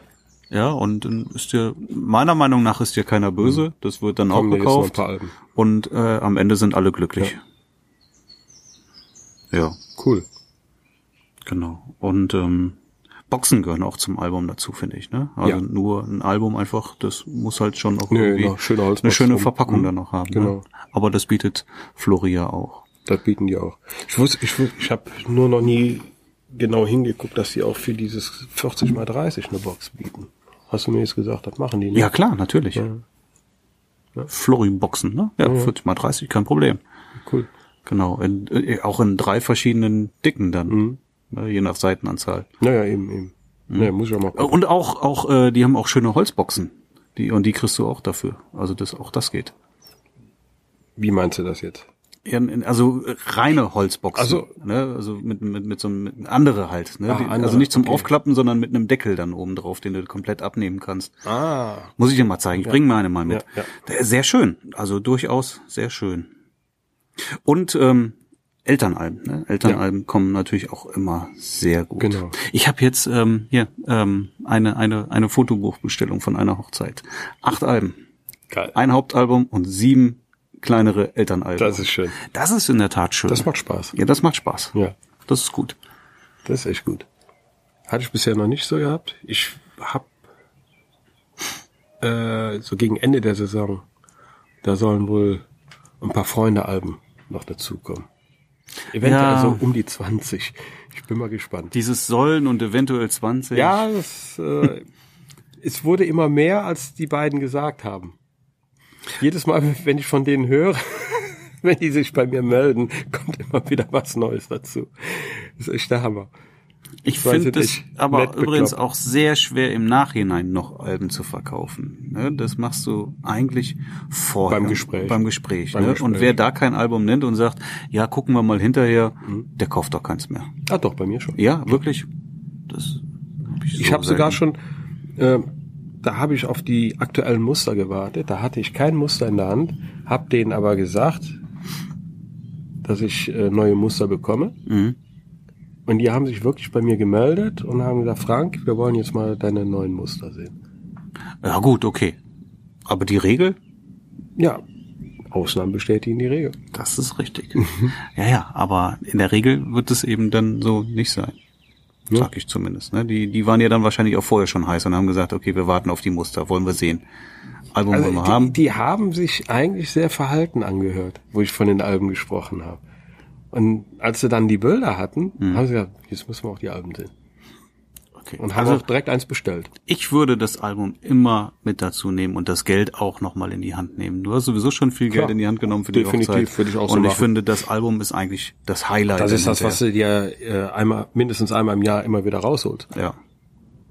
Speaker 2: Ja, und dann ist dir, meiner Meinung nach ist dir keiner böse. Das wird dann
Speaker 1: Mhm. Kommen
Speaker 2: auch äh,
Speaker 1: mir jetzt noch ein
Speaker 2: gekauft.
Speaker 1: paar Alben.
Speaker 2: Und äh, am Ende sind alle glücklich. Ja,
Speaker 1: Cool.
Speaker 2: genau. Und ähm, Boxen gehören auch zum Album dazu, finde ich. Ne? Also
Speaker 1: Ja.
Speaker 2: nur ein Album einfach, das muss halt schon auch
Speaker 1: Nö,
Speaker 2: irgendwie
Speaker 1: na, schöne
Speaker 2: eine
Speaker 1: Holzbox
Speaker 2: schöne
Speaker 1: drum.
Speaker 2: Verpackung
Speaker 1: Mhm.
Speaker 2: dann noch haben. Ne?
Speaker 1: Genau.
Speaker 2: Aber das bietet Floria auch.
Speaker 1: Das bieten die auch. Ich wusste, ich, wus- ich habe nur noch nie genau hingeguckt, dass die auch für dieses 40 x 30 eine Box bieten. Hast du mir jetzt gesagt, das machen die nicht?
Speaker 2: Ja, klar, natürlich. Flori-Boxen, ne?
Speaker 1: Mhm.
Speaker 2: Ja, 40 mal 30, kein Problem.
Speaker 1: cool.
Speaker 2: Genau, in, äh, auch in drei verschiedenen Dicken dann,
Speaker 1: Mhm.
Speaker 2: ne, je nach Seitenanzahl.
Speaker 1: Naja, eben, eben. Naja, muss ich auch mal
Speaker 2: Äh,
Speaker 1: gucken.
Speaker 2: Und auch, auch, äh, die haben auch schöne Holzboxen. Die, und die kriegst du auch dafür. Also das, auch das geht.
Speaker 1: Wie meinst du das jetzt?
Speaker 2: Ja, in- in- Also äh, reine Holzboxen.
Speaker 1: Also-
Speaker 2: ne? also mit, mit, mit so einem mit andere halt. Ne?
Speaker 1: Ah,
Speaker 2: die,
Speaker 1: andere,
Speaker 2: also nicht zum
Speaker 1: okay.
Speaker 2: Aufklappen, sondern mit einem Deckel dann oben drauf, den du komplett abnehmen kannst.
Speaker 1: Ah.
Speaker 2: Muss ich dir mal zeigen. Ich bringe mir eine mal mit.
Speaker 1: Ja,
Speaker 2: Der- Sehr schön. Also durchaus sehr schön. Und ähm, Elternalben. Ne? Elternalben kommen natürlich auch immer sehr gut.
Speaker 1: Genau.
Speaker 2: Ich habe jetzt ähm, hier ähm, eine, eine, eine Fotobuchbestellung von einer Hochzeit. Acht Alben.
Speaker 1: Geil.
Speaker 2: Ein Hauptalbum und sieben kleinere Elternalben.
Speaker 1: Das ist schön.
Speaker 2: Das ist in der Tat schön.
Speaker 1: Das macht Spaß.
Speaker 2: ja, das macht Spaß.
Speaker 1: Ja,
Speaker 2: Das ist gut.
Speaker 1: das ist echt gut. Hatte ich bisher noch nicht so gehabt. Ich hab äh, so gegen Ende der Saison, da sollen wohl ein paar Freunde-Alben noch dazukommen. Eventuell
Speaker 2: Ja.
Speaker 1: so um die 20. Ich bin mal gespannt.
Speaker 2: Dieses Sollen und eventuell 20.
Speaker 1: Ja, das, äh, es wurde immer mehr, als die beiden gesagt haben. Jedes Mal, wenn ich von denen höre, wenn die sich bei mir melden, kommt immer wieder was Neues dazu. Das ist echt der Hammer.
Speaker 2: Ich
Speaker 1: weiß
Speaker 2: finde
Speaker 1: es
Speaker 2: es
Speaker 1: nicht. Nett
Speaker 2: aber
Speaker 1: bekloppt.
Speaker 2: übrigens auch sehr schwer im Nachhinein noch Alben zu verkaufen. Ne? Das machst du eigentlich vorher.
Speaker 1: Beim Gespräch.
Speaker 2: Beim Gespräch.
Speaker 1: Beim
Speaker 2: ne?
Speaker 1: Gespräch.
Speaker 2: Und wer da kein Album nennt und sagt, ja, gucken wir mal hinterher,
Speaker 1: Mhm.
Speaker 2: der kauft doch keins mehr.
Speaker 1: Ah, doch, bei mir schon.
Speaker 2: Ja, wirklich. Das hab ich
Speaker 1: Ich
Speaker 2: so
Speaker 1: habe sogar
Speaker 2: selten.
Speaker 1: schon, äh, da habe ich auf die aktuellen Muster gewartet. Da hatte ich kein Muster in der Hand, habe denen aber gesagt, dass ich äh, neue Muster bekomme.
Speaker 2: Mhm.
Speaker 1: Und die haben sich wirklich bei mir gemeldet und haben gesagt, Frank, wir wollen jetzt mal deine neuen Muster sehen.
Speaker 2: Ja gut, okay. Aber die Regel,
Speaker 1: Ja, Ausnahmen bestätigen die Regel.
Speaker 2: das ist richtig.
Speaker 1: Mhm.
Speaker 2: ja, ja, aber in der Regel wird es eben dann so nicht sein.
Speaker 1: Ja.
Speaker 2: Sag ich zumindest. Ne? Die, die waren ja dann wahrscheinlich auch vorher schon heiß und haben gesagt, okay, wir warten auf die Muster, wollen wir sehen. Album
Speaker 1: Also
Speaker 2: wollen wir
Speaker 1: die,
Speaker 2: haben.
Speaker 1: die haben sich eigentlich sehr verhalten angehört, wo ich von den Alben gesprochen habe. Und als sie dann die Bilder hatten,
Speaker 2: Mhm.
Speaker 1: haben sie gesagt, jetzt müssen wir auch die Alben sehen.
Speaker 2: Okay.
Speaker 1: Und haben
Speaker 2: also
Speaker 1: auch direkt eins bestellt.
Speaker 2: ich würde das Album immer mit dazu nehmen und das Geld auch nochmal in die Hand nehmen. Du hast sowieso schon viel
Speaker 1: Klar.
Speaker 2: Geld in die Hand genommen für
Speaker 1: Definitiv,
Speaker 2: die Hochzeit.
Speaker 1: würde ich auch so
Speaker 2: und ich
Speaker 1: machen.
Speaker 2: finde, das Album ist eigentlich das Highlight.
Speaker 1: Das ist
Speaker 2: dann
Speaker 1: das, was du dir äh, einmal, mindestens einmal im Jahr immer wieder rausholst.
Speaker 2: hinterher.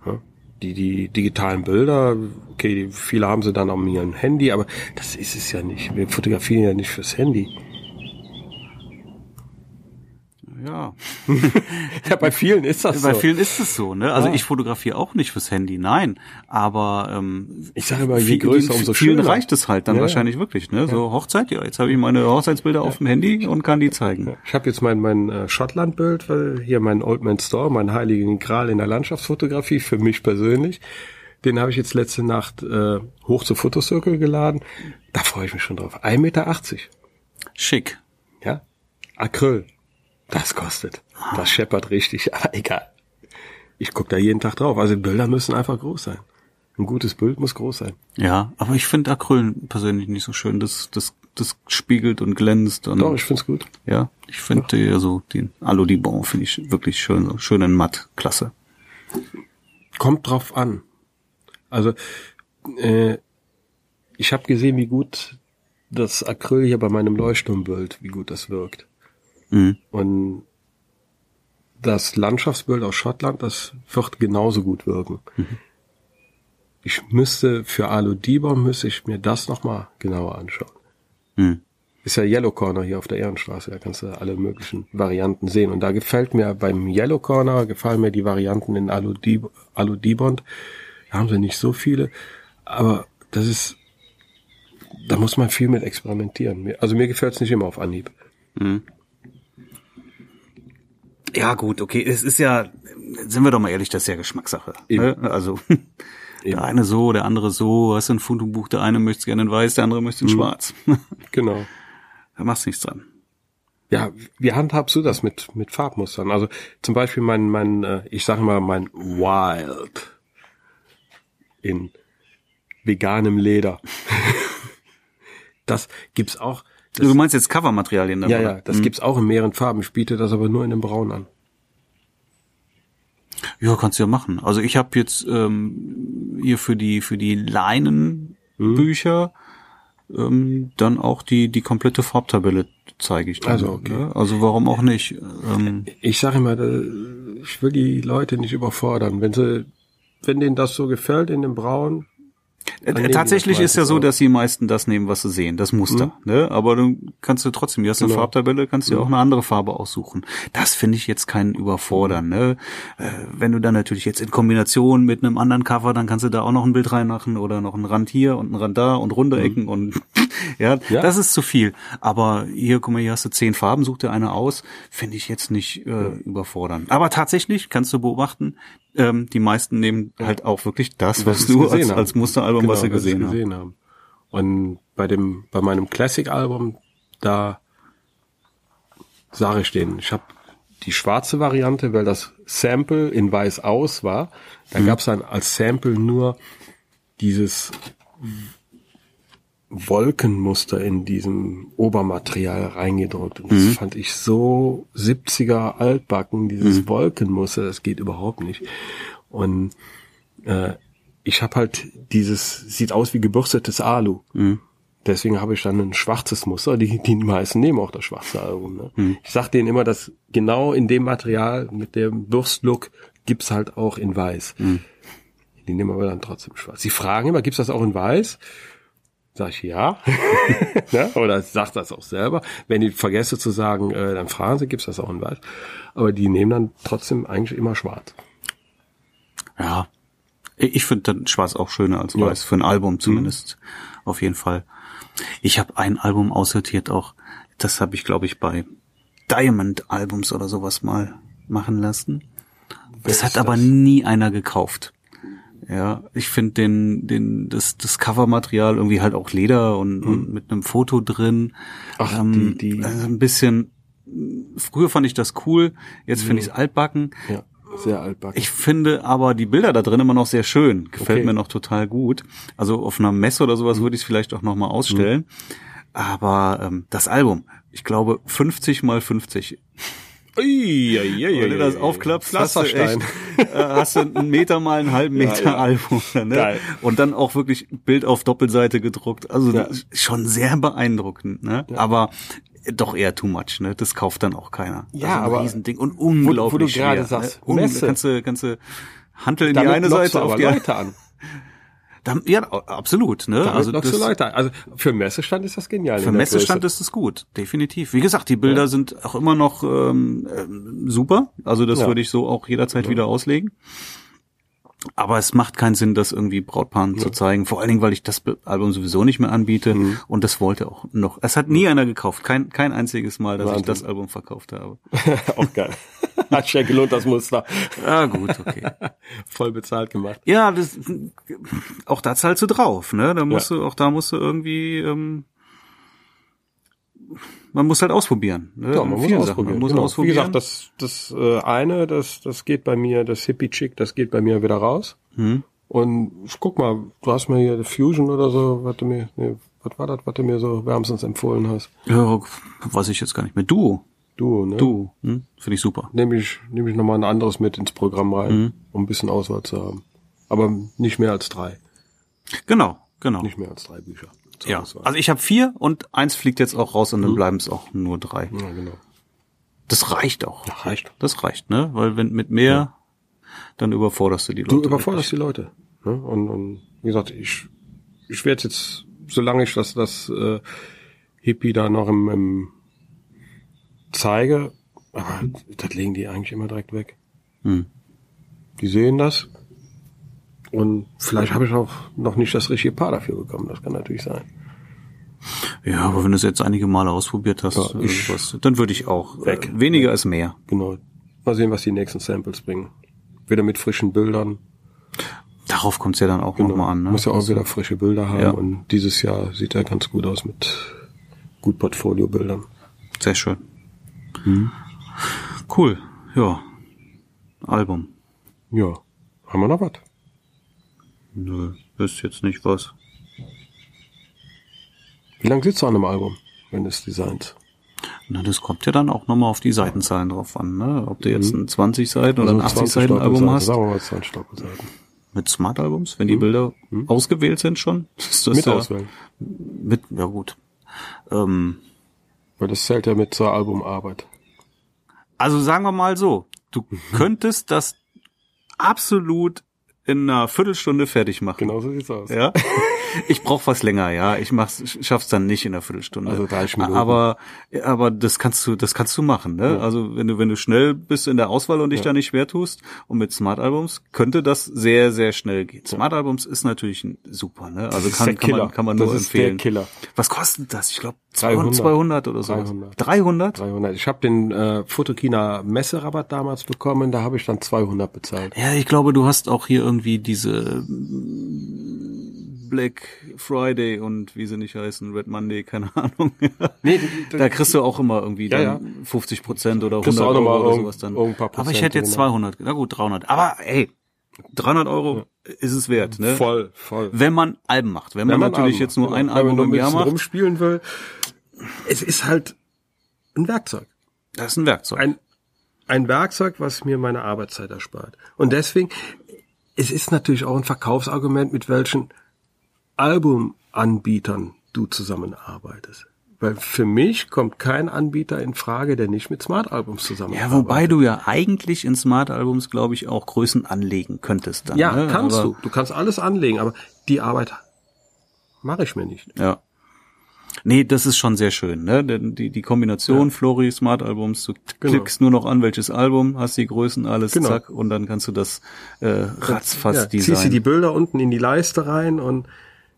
Speaker 2: Ja.
Speaker 1: Ja? Die, die digitalen Bilder, okay, die- viele haben sie dann auf ihrem Handy, aber das ist es ja nicht. Wir fotografieren ja nicht fürs Handy.
Speaker 2: Ja.
Speaker 1: Ja, bei vielen ist das
Speaker 2: Bei
Speaker 1: so.
Speaker 2: vielen ist es so, ne? Also
Speaker 1: Ja.
Speaker 2: ich fotografiere auch nicht fürs Handy, nein. Aber ähm,
Speaker 1: Ich sage immer, je
Speaker 2: viel-
Speaker 1: größer, umso
Speaker 2: vielen
Speaker 1: schöner.
Speaker 2: reicht es halt dann
Speaker 1: Ja, ja.
Speaker 2: wahrscheinlich wirklich, ne? So Hochzeit, ja, jetzt habe ich meine Hochzeitsbilder auf dem Handy und kann die zeigen.
Speaker 1: Ich habe jetzt mein, mein äh, Schottland-Bild, weil hier mein Old Man Store, mein heiligen Gral in der Landschaftsfotografie, für mich persönlich. Den habe ich jetzt letzte Nacht äh, hoch zur Fotocircle geladen. Da freue ich mich schon drauf. 1,80 Meter.
Speaker 2: Schick.
Speaker 1: Ja? Acryl. Das kostet. Das scheppert richtig, aber egal. Ich guck da jeden Tag drauf. Also Bilder müssen einfach groß sein. Ein gutes Bild muss groß sein.
Speaker 2: Ja, aber ich finde Acryl persönlich nicht so schön. Das, das, das spiegelt und glänzt und
Speaker 1: Doch, ich find's gut.
Speaker 2: ja, ich also, finde ja. so den Alu Dibon finde ich wirklich schön, so schön in matt, klasse.
Speaker 1: Kommt drauf an. Also, äh, ich habe gesehen, wie gut das Acryl hier bei meinem Leuchtturmbild, wie gut das wirkt.
Speaker 2: Mhm.
Speaker 1: Und das Landschaftsbild aus Schottland, das wird genauso gut wirken. Ich müsste für Alu Dibon müsste ich mir das nochmal genauer anschauen.
Speaker 2: Mhm.
Speaker 1: Ist ja Yellow Corner hier auf der Ehrenstraße, da kannst du alle möglichen Varianten sehen. Und da gefällt mir beim Yellow Corner, gefallen mir die Varianten in Alu Dib- Alu Dibond. Da haben sie nicht so viele, aber das ist, da muss man viel mit experimentieren. Mir- Also mir gefällt's nicht immer auf Anhieb.
Speaker 2: Ja, gut, okay. Es ist ja, sind wir doch mal ehrlich, das ist ja Geschmackssache. Ne? Also der eine so, der andere so, hast du ein Fotobuch,
Speaker 1: Mhm.
Speaker 2: der eine möchte gerne in weiß, der andere möchte in schwarz.
Speaker 1: Genau.
Speaker 2: da machst du nichts dran.
Speaker 1: Ja, wie handhabst du das mit, mit Farbmustern? Also zum Beispiel mein, mein, äh, ich sage mal, mein Wild in veganem Leder. das gibt's auch. Das,
Speaker 2: du meinst jetzt Covermaterialien dann,
Speaker 1: ja,
Speaker 2: oder?
Speaker 1: ja, das gibt's auch in mehreren Farben. Ich biete das aber nur in dem Braun an.
Speaker 2: Ja, kannst du ja machen. Also ich habe jetzt ähm, hier für die für die Leinenbücher
Speaker 1: Mhm.
Speaker 2: ähm, dann auch die die komplette Farbtabelle zeige ich dann.
Speaker 1: Also, okay.
Speaker 2: ne? also warum auch nicht? Ähm,
Speaker 1: Ich sage immer, da- ich will die Leute nicht überfordern. Wenn sie, wenn denen das so gefällt in dem Braun,
Speaker 2: äh,
Speaker 1: nehmen die
Speaker 2: tatsächlich
Speaker 1: das
Speaker 2: ist ja
Speaker 1: meistens
Speaker 2: so,
Speaker 1: auch.
Speaker 2: dass die meisten das nehmen, was sie sehen, das Muster. Ne? Aber du kannst du trotzdem, du hast eine
Speaker 1: Genau.
Speaker 2: Farbtabelle, kannst dir auch eine andere Farbe aussuchen. Das finde ich jetzt kein Überfordern. Ne? Äh, wenn du dann natürlich jetzt in Kombination mit einem anderen Cover, dann kannst du da auch noch ein Bild reinmachen oder noch einen Rand hier und einen Rand da und runde Ecken und ja,
Speaker 1: Mhm. Ja.
Speaker 2: das ist zu viel. Aber hier, guck mal, hier hast du zehn Farben, such dir eine aus, finde ich jetzt nicht äh, überfordernd. Aber tatsächlich kannst du beobachten, ähm, die meisten nehmen halt auch wirklich das, was
Speaker 1: was
Speaker 2: du
Speaker 1: sie gesehen
Speaker 2: als,
Speaker 1: haben.
Speaker 2: als Musteralbum, was sie
Speaker 1: Genau,
Speaker 2: gesehen
Speaker 1: sie
Speaker 2: haben.
Speaker 1: gesehen haben. Und bei dem, bei meinem Classic-Album, da sage ich denen, ich habe die schwarze Variante, weil das Sample in weiß aus war. Da
Speaker 2: Mhm.
Speaker 1: gab's dann als Sample nur dieses Wolkenmuster in diesem Obermaterial reingedrückt. Und
Speaker 2: Mhm.
Speaker 1: das fand ich so 70er altbacken, dieses
Speaker 2: Mhm.
Speaker 1: Wolkenmuster, das geht überhaupt nicht. Und Äh, ich habe halt dieses, sieht aus wie gebürstetes Alu.
Speaker 2: Mhm.
Speaker 1: Deswegen habe ich dann ein schwarzes Muster. Die, die meisten nehmen auch das schwarze Album. Ne?
Speaker 2: Mhm.
Speaker 1: Ich sag denen immer, dass genau in dem Material mit dem Bürstlook gibt's halt auch in weiß.
Speaker 2: Mhm.
Speaker 1: Die nehmen aber dann trotzdem schwarz. Sie fragen immer, gibt's das auch in weiß? Sag ich ja. ne? Oder sagt das auch selber. Wenn die vergesse zu sagen, äh, dann fragen sie, gibt's das auch in weiß? Aber die nehmen dann trotzdem eigentlich immer schwarz.
Speaker 2: Ja. Ich ich finde dann schwarz auch schöner als
Speaker 1: Ja.
Speaker 2: weiß, für ein Album zumindest. Auf jeden Fall. Ich habe ein Album aussortiert auch. Das habe ich, glaube ich, bei Diamond-Albums oder sowas mal machen lassen. das hat
Speaker 1: ist
Speaker 2: aber
Speaker 1: das?
Speaker 2: nie einer gekauft. Ja, ich finde den, den, das, das Covermaterial irgendwie halt auch Leder und, und mit einem Foto drin.
Speaker 1: Ach,
Speaker 2: Ähm,
Speaker 1: die, die,
Speaker 2: Also ein bisschen, früher fand ich das cool, jetzt finde ich es altbacken.
Speaker 1: ja, sehr altbacken.
Speaker 2: Ich finde aber die Bilder da drin immer noch sehr schön. Gefällt
Speaker 1: Okay.
Speaker 2: mir noch total gut. Also auf einer Messe oder sowas würde ich es vielleicht auch nochmal ausstellen. Aber ähm, das Album, ich glaube 50 mal 50. Wenn du ne, das aufklappst, hast du, echt,
Speaker 1: Pflasterstein.
Speaker 2: äh, hast du einen Meter mal einen halben Meter
Speaker 1: ja.
Speaker 2: Album. Ne?
Speaker 1: Geil.
Speaker 2: Und dann auch wirklich Bild auf Doppelseite gedruckt. Also
Speaker 1: Ja.
Speaker 2: schon sehr beeindruckend. Ne? Aber äh, doch eher too much, ne? Das kauft dann auch keiner.
Speaker 1: Ja,
Speaker 2: also ein
Speaker 1: aber
Speaker 2: Riesending und unglaublich
Speaker 1: wo du gerade
Speaker 2: schwer,
Speaker 1: sagst,
Speaker 2: ne? Ungl-
Speaker 1: Messe.
Speaker 2: ganze ganze Handel in
Speaker 1: Damit
Speaker 2: die eine
Speaker 1: lockst
Speaker 2: Seite
Speaker 1: du
Speaker 2: auf
Speaker 1: aber
Speaker 2: die andere.
Speaker 1: Leute an.
Speaker 2: Dann- Ja, absolut, ne?
Speaker 1: Damit
Speaker 2: also
Speaker 1: lockst du
Speaker 2: das,
Speaker 1: Leute an. Also für einen Messestand ist das genial.
Speaker 2: für
Speaker 1: in der
Speaker 2: Messestand
Speaker 1: Größe.
Speaker 2: ist es gut, definitiv. Wie gesagt, die Bilder sind auch immer noch ähm, ähm, super. Also das
Speaker 1: Ja.
Speaker 2: würde ich so auch jederzeit wieder auslegen. Aber es macht keinen Sinn, das irgendwie Brautpaaren zu zeigen. Vor allen Dingen, weil ich das Be- Album sowieso nicht mehr anbiete.
Speaker 1: Mhm.
Speaker 2: Und das wollte auch noch. Es hat nie einer gekauft. Kein, kein einziges Mal, dass ich
Speaker 1: Wahnsinn.
Speaker 2: das Album verkauft habe.
Speaker 1: auch geil. Hat sich ja gelohnt, das Muster.
Speaker 2: Ah, gut, okay.
Speaker 1: Voll bezahlt gemacht.
Speaker 2: Ja, das, auch da zahlst du drauf, ne? Da musst
Speaker 1: Ja.
Speaker 2: du, auch da musst du irgendwie, ähm, man muss halt ausprobieren. Ne?
Speaker 1: Ja, man muss
Speaker 2: Viele Sachen.
Speaker 1: ausprobieren.
Speaker 2: Man muss
Speaker 1: genau.
Speaker 2: ausprobieren.
Speaker 1: Wie gesagt, das, das äh, eine, das, das geht bei mir, das Hippie Chick, das geht bei mir wieder raus. Und ich guck mal, du hast mir hier The Fusion oder so, was du mir, nee, was war das, was du mir so wärmstens empfohlen hast?
Speaker 2: ja, weiß ich jetzt gar nicht mehr. Duo.
Speaker 1: Du, ne?
Speaker 2: Duo. Hm? Finde ich super.
Speaker 1: nehme ich, nehme ich nochmal ein anderes mit ins Programm rein,
Speaker 2: Mhm.
Speaker 1: um ein bisschen Auswahl zu haben. Aber nicht mehr als drei.
Speaker 2: Genau, genau.
Speaker 1: Nicht mehr als drei Bücher. zur
Speaker 2: Ja.
Speaker 1: Auswahl.
Speaker 2: Also ich habe vier und eins fliegt jetzt auch raus
Speaker 1: Mhm.
Speaker 2: und dann bleiben es auch nur drei.
Speaker 1: ja, genau.
Speaker 2: Das reicht auch.
Speaker 1: reicht.
Speaker 2: Das also- reicht, ne? Weil wenn mit mehr, dann überforderst du die Leute.
Speaker 1: Du überforderst die Leute. Ne? Und, und wie gesagt, ich, ich werde jetzt, solange ich das, das äh, Hippie da noch im, im zeige, aber das legen die eigentlich immer direkt weg.
Speaker 2: Hm.
Speaker 1: Die sehen das. Und vielleicht habe ich auch noch nicht das richtige Paar dafür bekommen. Das kann natürlich sein.
Speaker 2: Ja, aber wenn du es jetzt einige Male ausprobiert hast,
Speaker 1: Ja, ich-
Speaker 2: äh, was, dann würde ich auch.
Speaker 1: Weg.
Speaker 2: Äh, weniger ist mehr.
Speaker 1: Genau. Mal sehen, was die nächsten Samples bringen. Wieder mit frischen Bildern.
Speaker 2: Darauf kommt es ja dann auch noch nochmal an. Ne?
Speaker 1: Genau. Muss ja auch wieder frische Bilder haben.
Speaker 2: Ja.
Speaker 1: Und dieses Jahr sieht er ganz gut aus mit gut Portfolio-Bildern.
Speaker 2: Sehr schön.
Speaker 1: Hm.
Speaker 2: Cool, ja. Album.
Speaker 1: Ja. Haben wir noch was?
Speaker 2: Nö, ist jetzt nicht was.
Speaker 1: Wie lange sitzt du an einem Album, wenn du es designst?
Speaker 2: Na, das kommt ja dann auch nochmal auf die Seitenzahlen drauf an, ne? Ob du jetzt ein 20 Seiten oder ein
Speaker 1: Hm. Also 20
Speaker 2: 80 Seiten Album
Speaker 1: Stapelseiten,
Speaker 2: hast.
Speaker 1: Sagen wir mal 20 Stapelseiten.
Speaker 2: Mit Smart Albums, wenn die Bilder ausgewählt sind schon. Ist
Speaker 1: Hm.
Speaker 2: das
Speaker 1: Mit
Speaker 2: ja,
Speaker 1: auswählen.
Speaker 2: Mit, ja gut. Ähm,
Speaker 1: Weil das zählt ja mit zur Albumarbeit.
Speaker 2: Also sagen wir mal so, du
Speaker 1: Mhm.
Speaker 2: könntest das absolut in einer Viertelstunde fertig machen.
Speaker 1: Genau so sieht's aus.
Speaker 2: Ja. Ich brauche was länger, ja. Ich mach's, schaff's dann nicht in einer Viertelstunde.
Speaker 1: Also 30 Minuten.
Speaker 2: Aber, aber das kannst du, das kannst du machen, ne? Also wenn du, wenn du schnell bist in der Auswahl und dich da nicht schwer tust und mit Smart Albums könnte das sehr, sehr schnell gehen. Smart Albums ist natürlich ein- super, ne? Also
Speaker 1: ist
Speaker 2: kann,
Speaker 1: der
Speaker 2: kann man,
Speaker 1: Killer.
Speaker 2: kann man
Speaker 1: Das
Speaker 2: nur
Speaker 1: ist der
Speaker 2: empfehlen.
Speaker 1: Killer.
Speaker 2: Was kostet das? Ich glaube
Speaker 1: 300.
Speaker 2: 200, 200 oder so.
Speaker 1: 300.
Speaker 2: 300?
Speaker 1: 300. Ich habe den äh, Fotokina Messerabatt damals bekommen, da habe ich dann 200 bezahlt.
Speaker 2: Ja, ich glaube, du hast auch hier irgendwie diese Black Friday und wie sie nicht heißen, Red Monday, keine Ahnung.
Speaker 1: Nee,
Speaker 2: da kriegst du auch immer irgendwie
Speaker 1: Ja,
Speaker 2: dann 50 Prozent oder 100
Speaker 1: Kriegst du auch noch mal
Speaker 2: Euro oder
Speaker 1: irgend-
Speaker 2: sowas dann.
Speaker 1: irgendein paar
Speaker 2: Aber ich
Speaker 1: Prozent,
Speaker 2: hätte jetzt
Speaker 1: genau.
Speaker 2: 200, na gut, 300. Aber ey, 300 Euro ist es wert, ne?
Speaker 1: voll, voll.
Speaker 2: Wenn man Alben macht. Wenn, man, natürlich jetzt nur ein
Speaker 1: genau. Wenn man
Speaker 2: Album
Speaker 1: nur ein
Speaker 2: im Jahr
Speaker 1: bisschen
Speaker 2: macht,
Speaker 1: rumspielen will, es ist halt ein Werkzeug.
Speaker 2: das ist ein Werkzeug.
Speaker 1: ein, ein Werkzeug, was mir meine Arbeitszeit erspart. Und deswegen, es ist natürlich auch ein Verkaufsargument, mit welchen Albumanbietern du zusammenarbeitest. Weil für mich kommt kein Anbieter in Frage, der nicht mit Smart Albums
Speaker 2: ja,
Speaker 1: zusammenarbeitet.
Speaker 2: wobei du ja eigentlich in Smart Albums, glaube ich, auch Größen anlegen könntest dann.
Speaker 1: Ja,
Speaker 2: ne?
Speaker 1: kannst
Speaker 2: Aber-
Speaker 1: du. Du kannst alles anlegen, aber die Arbeit mache ich mir nicht.
Speaker 2: Ja. Nee, das ist schon sehr schön, ne? Denn die, die Kombination Flori Smart Albums, du klickst nur noch an, welches Album, hast die Größen, alles,
Speaker 1: Genau.
Speaker 2: zack, und dann kannst du das äh, ratzfatz
Speaker 1: Ja, ziehst du
Speaker 2: designen.
Speaker 1: die Bilder unten in die Leiste rein und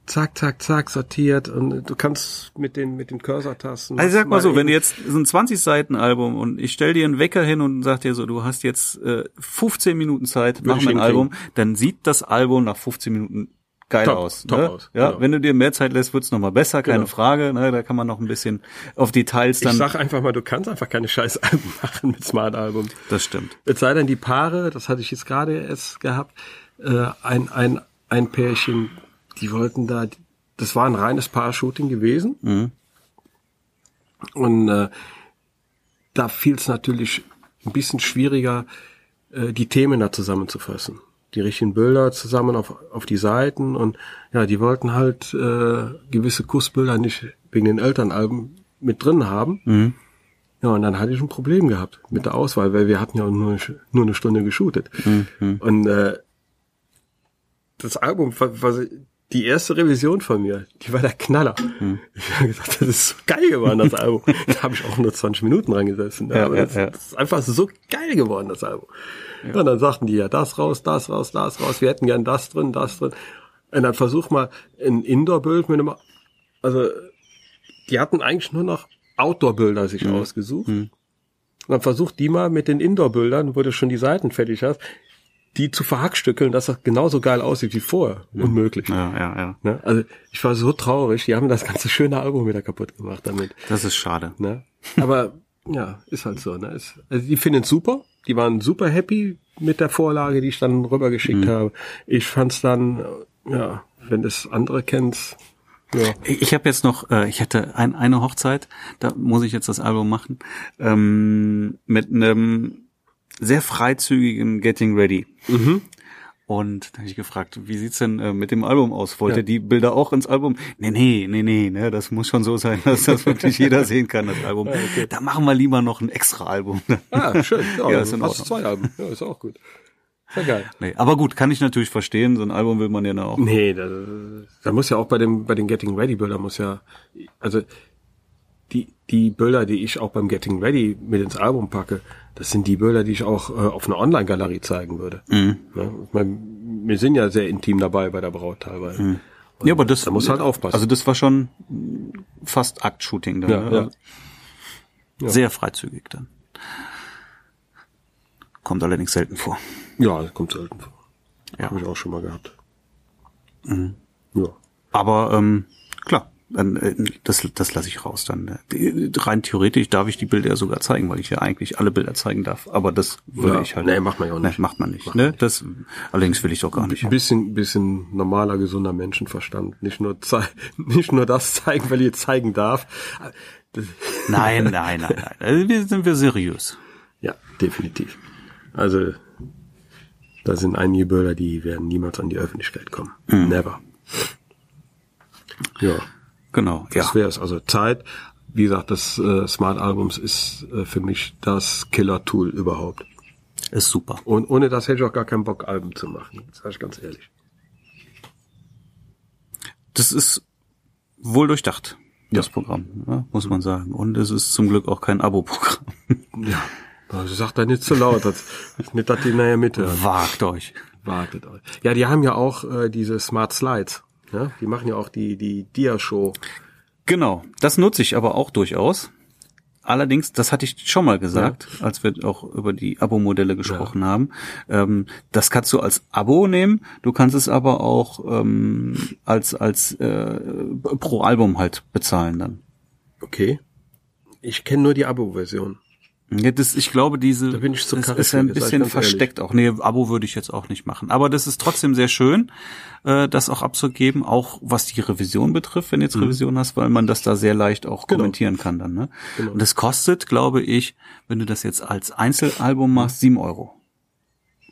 Speaker 1: zack, zack, zack, sortiert und du kannst mit den, mit den Cursor-Tasten.
Speaker 2: also sag mal so, wenn
Speaker 1: eben-
Speaker 2: du jetzt so ein 20 Seiten Album und ich stell dir einen Wecker hin und sag dir so, du hast jetzt äh, 15 Minuten Zeit, mach
Speaker 1: ich
Speaker 2: mir ein
Speaker 1: hinkriegen.
Speaker 2: Album, dann sieht das Album nach 15 Minuten geil
Speaker 1: Top,
Speaker 2: aus.
Speaker 1: top
Speaker 2: ne?
Speaker 1: aus,
Speaker 2: Ja,
Speaker 1: genau.
Speaker 2: wenn du dir mehr Zeit lässt, wird's noch nochmal besser, keine
Speaker 1: Genau.
Speaker 2: Frage. Ne? Da kann man noch ein bisschen auf Details
Speaker 1: Ich
Speaker 2: dann.
Speaker 1: sag einfach mal, du kannst einfach keine scheiß Alben machen mit Smart Album.
Speaker 2: das stimmt.
Speaker 1: Es sei denn, die Paare, das hatte ich jetzt gerade erst gehabt, äh, ein, ein, ein Pärchen, die wollten da, das war ein reines Paar-Shooting gewesen. Und äh, da fiel es natürlich ein bisschen schwieriger, äh, die Themen da zusammenzufassen. Die richtigen Bilder zusammen auf, auf die Seiten und ja, die wollten halt äh, gewisse Kussbilder nicht wegen den Elternalben mit drin haben. Ja, und dann hatte ich ein Problem gehabt mit der Auswahl, weil wir hatten ja nur, eine Sch- nur eine Stunde geshootet.
Speaker 2: Mhm.
Speaker 1: Und äh, das Album, wa- was ich- die erste Revision von mir, die war der Knaller.
Speaker 2: Mhm.
Speaker 1: Ich habe gesagt, das ist so geil geworden, das Album. da habe ich auch nur 20 Minuten dran gesessen.
Speaker 2: Ja,
Speaker 1: aber
Speaker 2: ja,
Speaker 1: das,
Speaker 2: ja.
Speaker 1: das ist einfach so geil geworden, das Album. Ja. Und dann sagten die ja, das raus, das raus, das raus, wir hätten gern das drin, das drin. Und dann versuch mal ein Indoor-Bild mit einem, also die hatten eigentlich nur noch Outdoor-Bilder sich
Speaker 2: Mhm.
Speaker 1: ausgesucht. Und dann versucht die mal mit den Indoor-Bildern, wo du schon die Seiten fertig hast, die zu verhackstückeln, dass das genauso geil aussieht wie vorher. Unmöglich.
Speaker 2: Ja, ja, ja.
Speaker 1: Ne? Also ich war so traurig, die haben das ganze schöne Album wieder kaputt gemacht damit.
Speaker 2: Das ist schade.
Speaker 1: Ne? Aber ja, ist halt so. Ne? Ist, also die finden es super. Die waren super happy mit der Vorlage, die ich dann
Speaker 2: Mhm.
Speaker 1: rübergeschickt habe. Ich fand's dann, äh, ja, wenn du es andere kennst, ja.
Speaker 2: Ich habe jetzt noch, äh, ich hatte ein, eine Hochzeit, da muss ich jetzt das Album machen, ähm, mit einem sehr freizügigen Getting Ready. Und da habe ich gefragt, wie sieht's denn äh, mit dem Album aus? Wollt ihr die Bilder auch ins Album? Nee, nee, nee, nee, ne, das muss schon so sein, dass das wirklich jeder sehen kann, das Album. Da machen wir lieber noch ein extra Album.
Speaker 1: Ah, schön. Ja,
Speaker 2: Ja,
Speaker 1: dann
Speaker 2: ist in
Speaker 1: hast du
Speaker 2: Ordnung.
Speaker 1: zwei Alben. Ja, ist auch gut. Ist ja geil.
Speaker 2: nee, aber gut, kann ich natürlich verstehen, so ein Album will man ja auch.
Speaker 1: Nee, da, da muss ja auch bei dem bei den Getting Ready Bildern muss ja also die die Bilder, die ich auch beim Getting Ready mit ins Album packe, das sind die Bilder, die ich auch äh, auf einer Online Galerie zeigen würde. Ne? Ich mein, wir sind ja sehr intim dabei bei der Braut teilweise.
Speaker 2: Ja, aber das
Speaker 1: Da muss halt aufpassen.
Speaker 2: Also das war schon fast Akt-Shooting dann.
Speaker 1: Ja,
Speaker 2: ne?
Speaker 1: ja.
Speaker 2: Also Sehr freizügig dann. Kommt allerdings selten vor.
Speaker 1: ja, das kommt selten vor.
Speaker 2: Ja.
Speaker 1: Habe ich auch schon mal gehabt. Ja.
Speaker 2: Aber ähm, klar, Dann, äh, das, das lasse ich raus dann. ne? Rein theoretisch darf ich die Bilder ja sogar zeigen, weil ich ja eigentlich alle Bilder zeigen darf. Aber das würde
Speaker 1: Ja.
Speaker 2: ich halt.
Speaker 1: Nee, macht man ja auch nicht.
Speaker 2: Nee, macht man nicht.
Speaker 1: Macht
Speaker 2: ne?
Speaker 1: man nicht.
Speaker 2: Das, allerdings will ich doch gar nicht.
Speaker 1: Ein bisschen, bisschen normaler, gesunder Menschenverstand. Nicht nur, zei- nicht nur das zeigen, weil ihr zeigen darf. Das,
Speaker 2: Nein, nein, nein, nein. Also wir sind wir seriös.
Speaker 1: ja, definitiv. Also, da sind einige Bilder, die werden niemals an die Öffentlichkeit kommen. Never. Ja,
Speaker 2: Genau. Ja.
Speaker 1: das wäre es. Also Zeit, wie gesagt, das äh, Smart Albums ist äh, für mich das Killer-Tool überhaupt.
Speaker 2: Ist super.
Speaker 1: Und ohne das hätte ich auch gar keinen Bock, Alben zu machen. Sag ich ganz ehrlich.
Speaker 2: Das ist wohl durchdacht, das
Speaker 1: Ja.
Speaker 2: Programm, ne? muss man sagen. Und es ist zum Glück auch kein Abo-Programm.
Speaker 1: Ja. Also sag da nicht zu laut, das, nicht, dass die nachher mithören.
Speaker 2: Wagt euch.
Speaker 1: Wartet euch. Ja, die haben ja auch äh, diese Smart Slides. Ja? Die machen ja auch die, die Dia-Show.
Speaker 2: Genau, das nutze ich aber auch durchaus. Allerdings, das hatte ich schon mal gesagt, als wir auch über die Abo-Modelle gesprochen haben. Ähm, das kannst du als Abo nehmen, du kannst es aber auch ähm, als als äh, pro Album halt bezahlen dann.
Speaker 1: Okay. Ich kenne nur die Abo-Version.
Speaker 2: Ja, das, ich glaube, diese
Speaker 1: Da bin ich zu
Speaker 2: es
Speaker 1: karrig
Speaker 2: ist
Speaker 1: für,
Speaker 2: ein
Speaker 1: das sag ich
Speaker 2: bisschen
Speaker 1: ganz ehrlich.
Speaker 2: versteckt auch. Nee, Abo würde ich jetzt auch nicht machen. Aber das ist trotzdem sehr schön, äh, das auch abzugeben, auch was die Revision betrifft, wenn du
Speaker 1: Mhm.
Speaker 2: jetzt Revision hast, weil man das da sehr leicht auch
Speaker 1: Genau.
Speaker 2: kommentieren kann dann. Ne? Und das kostet, glaube ich, wenn du das jetzt als Einzelalbum machst, sieben Euro.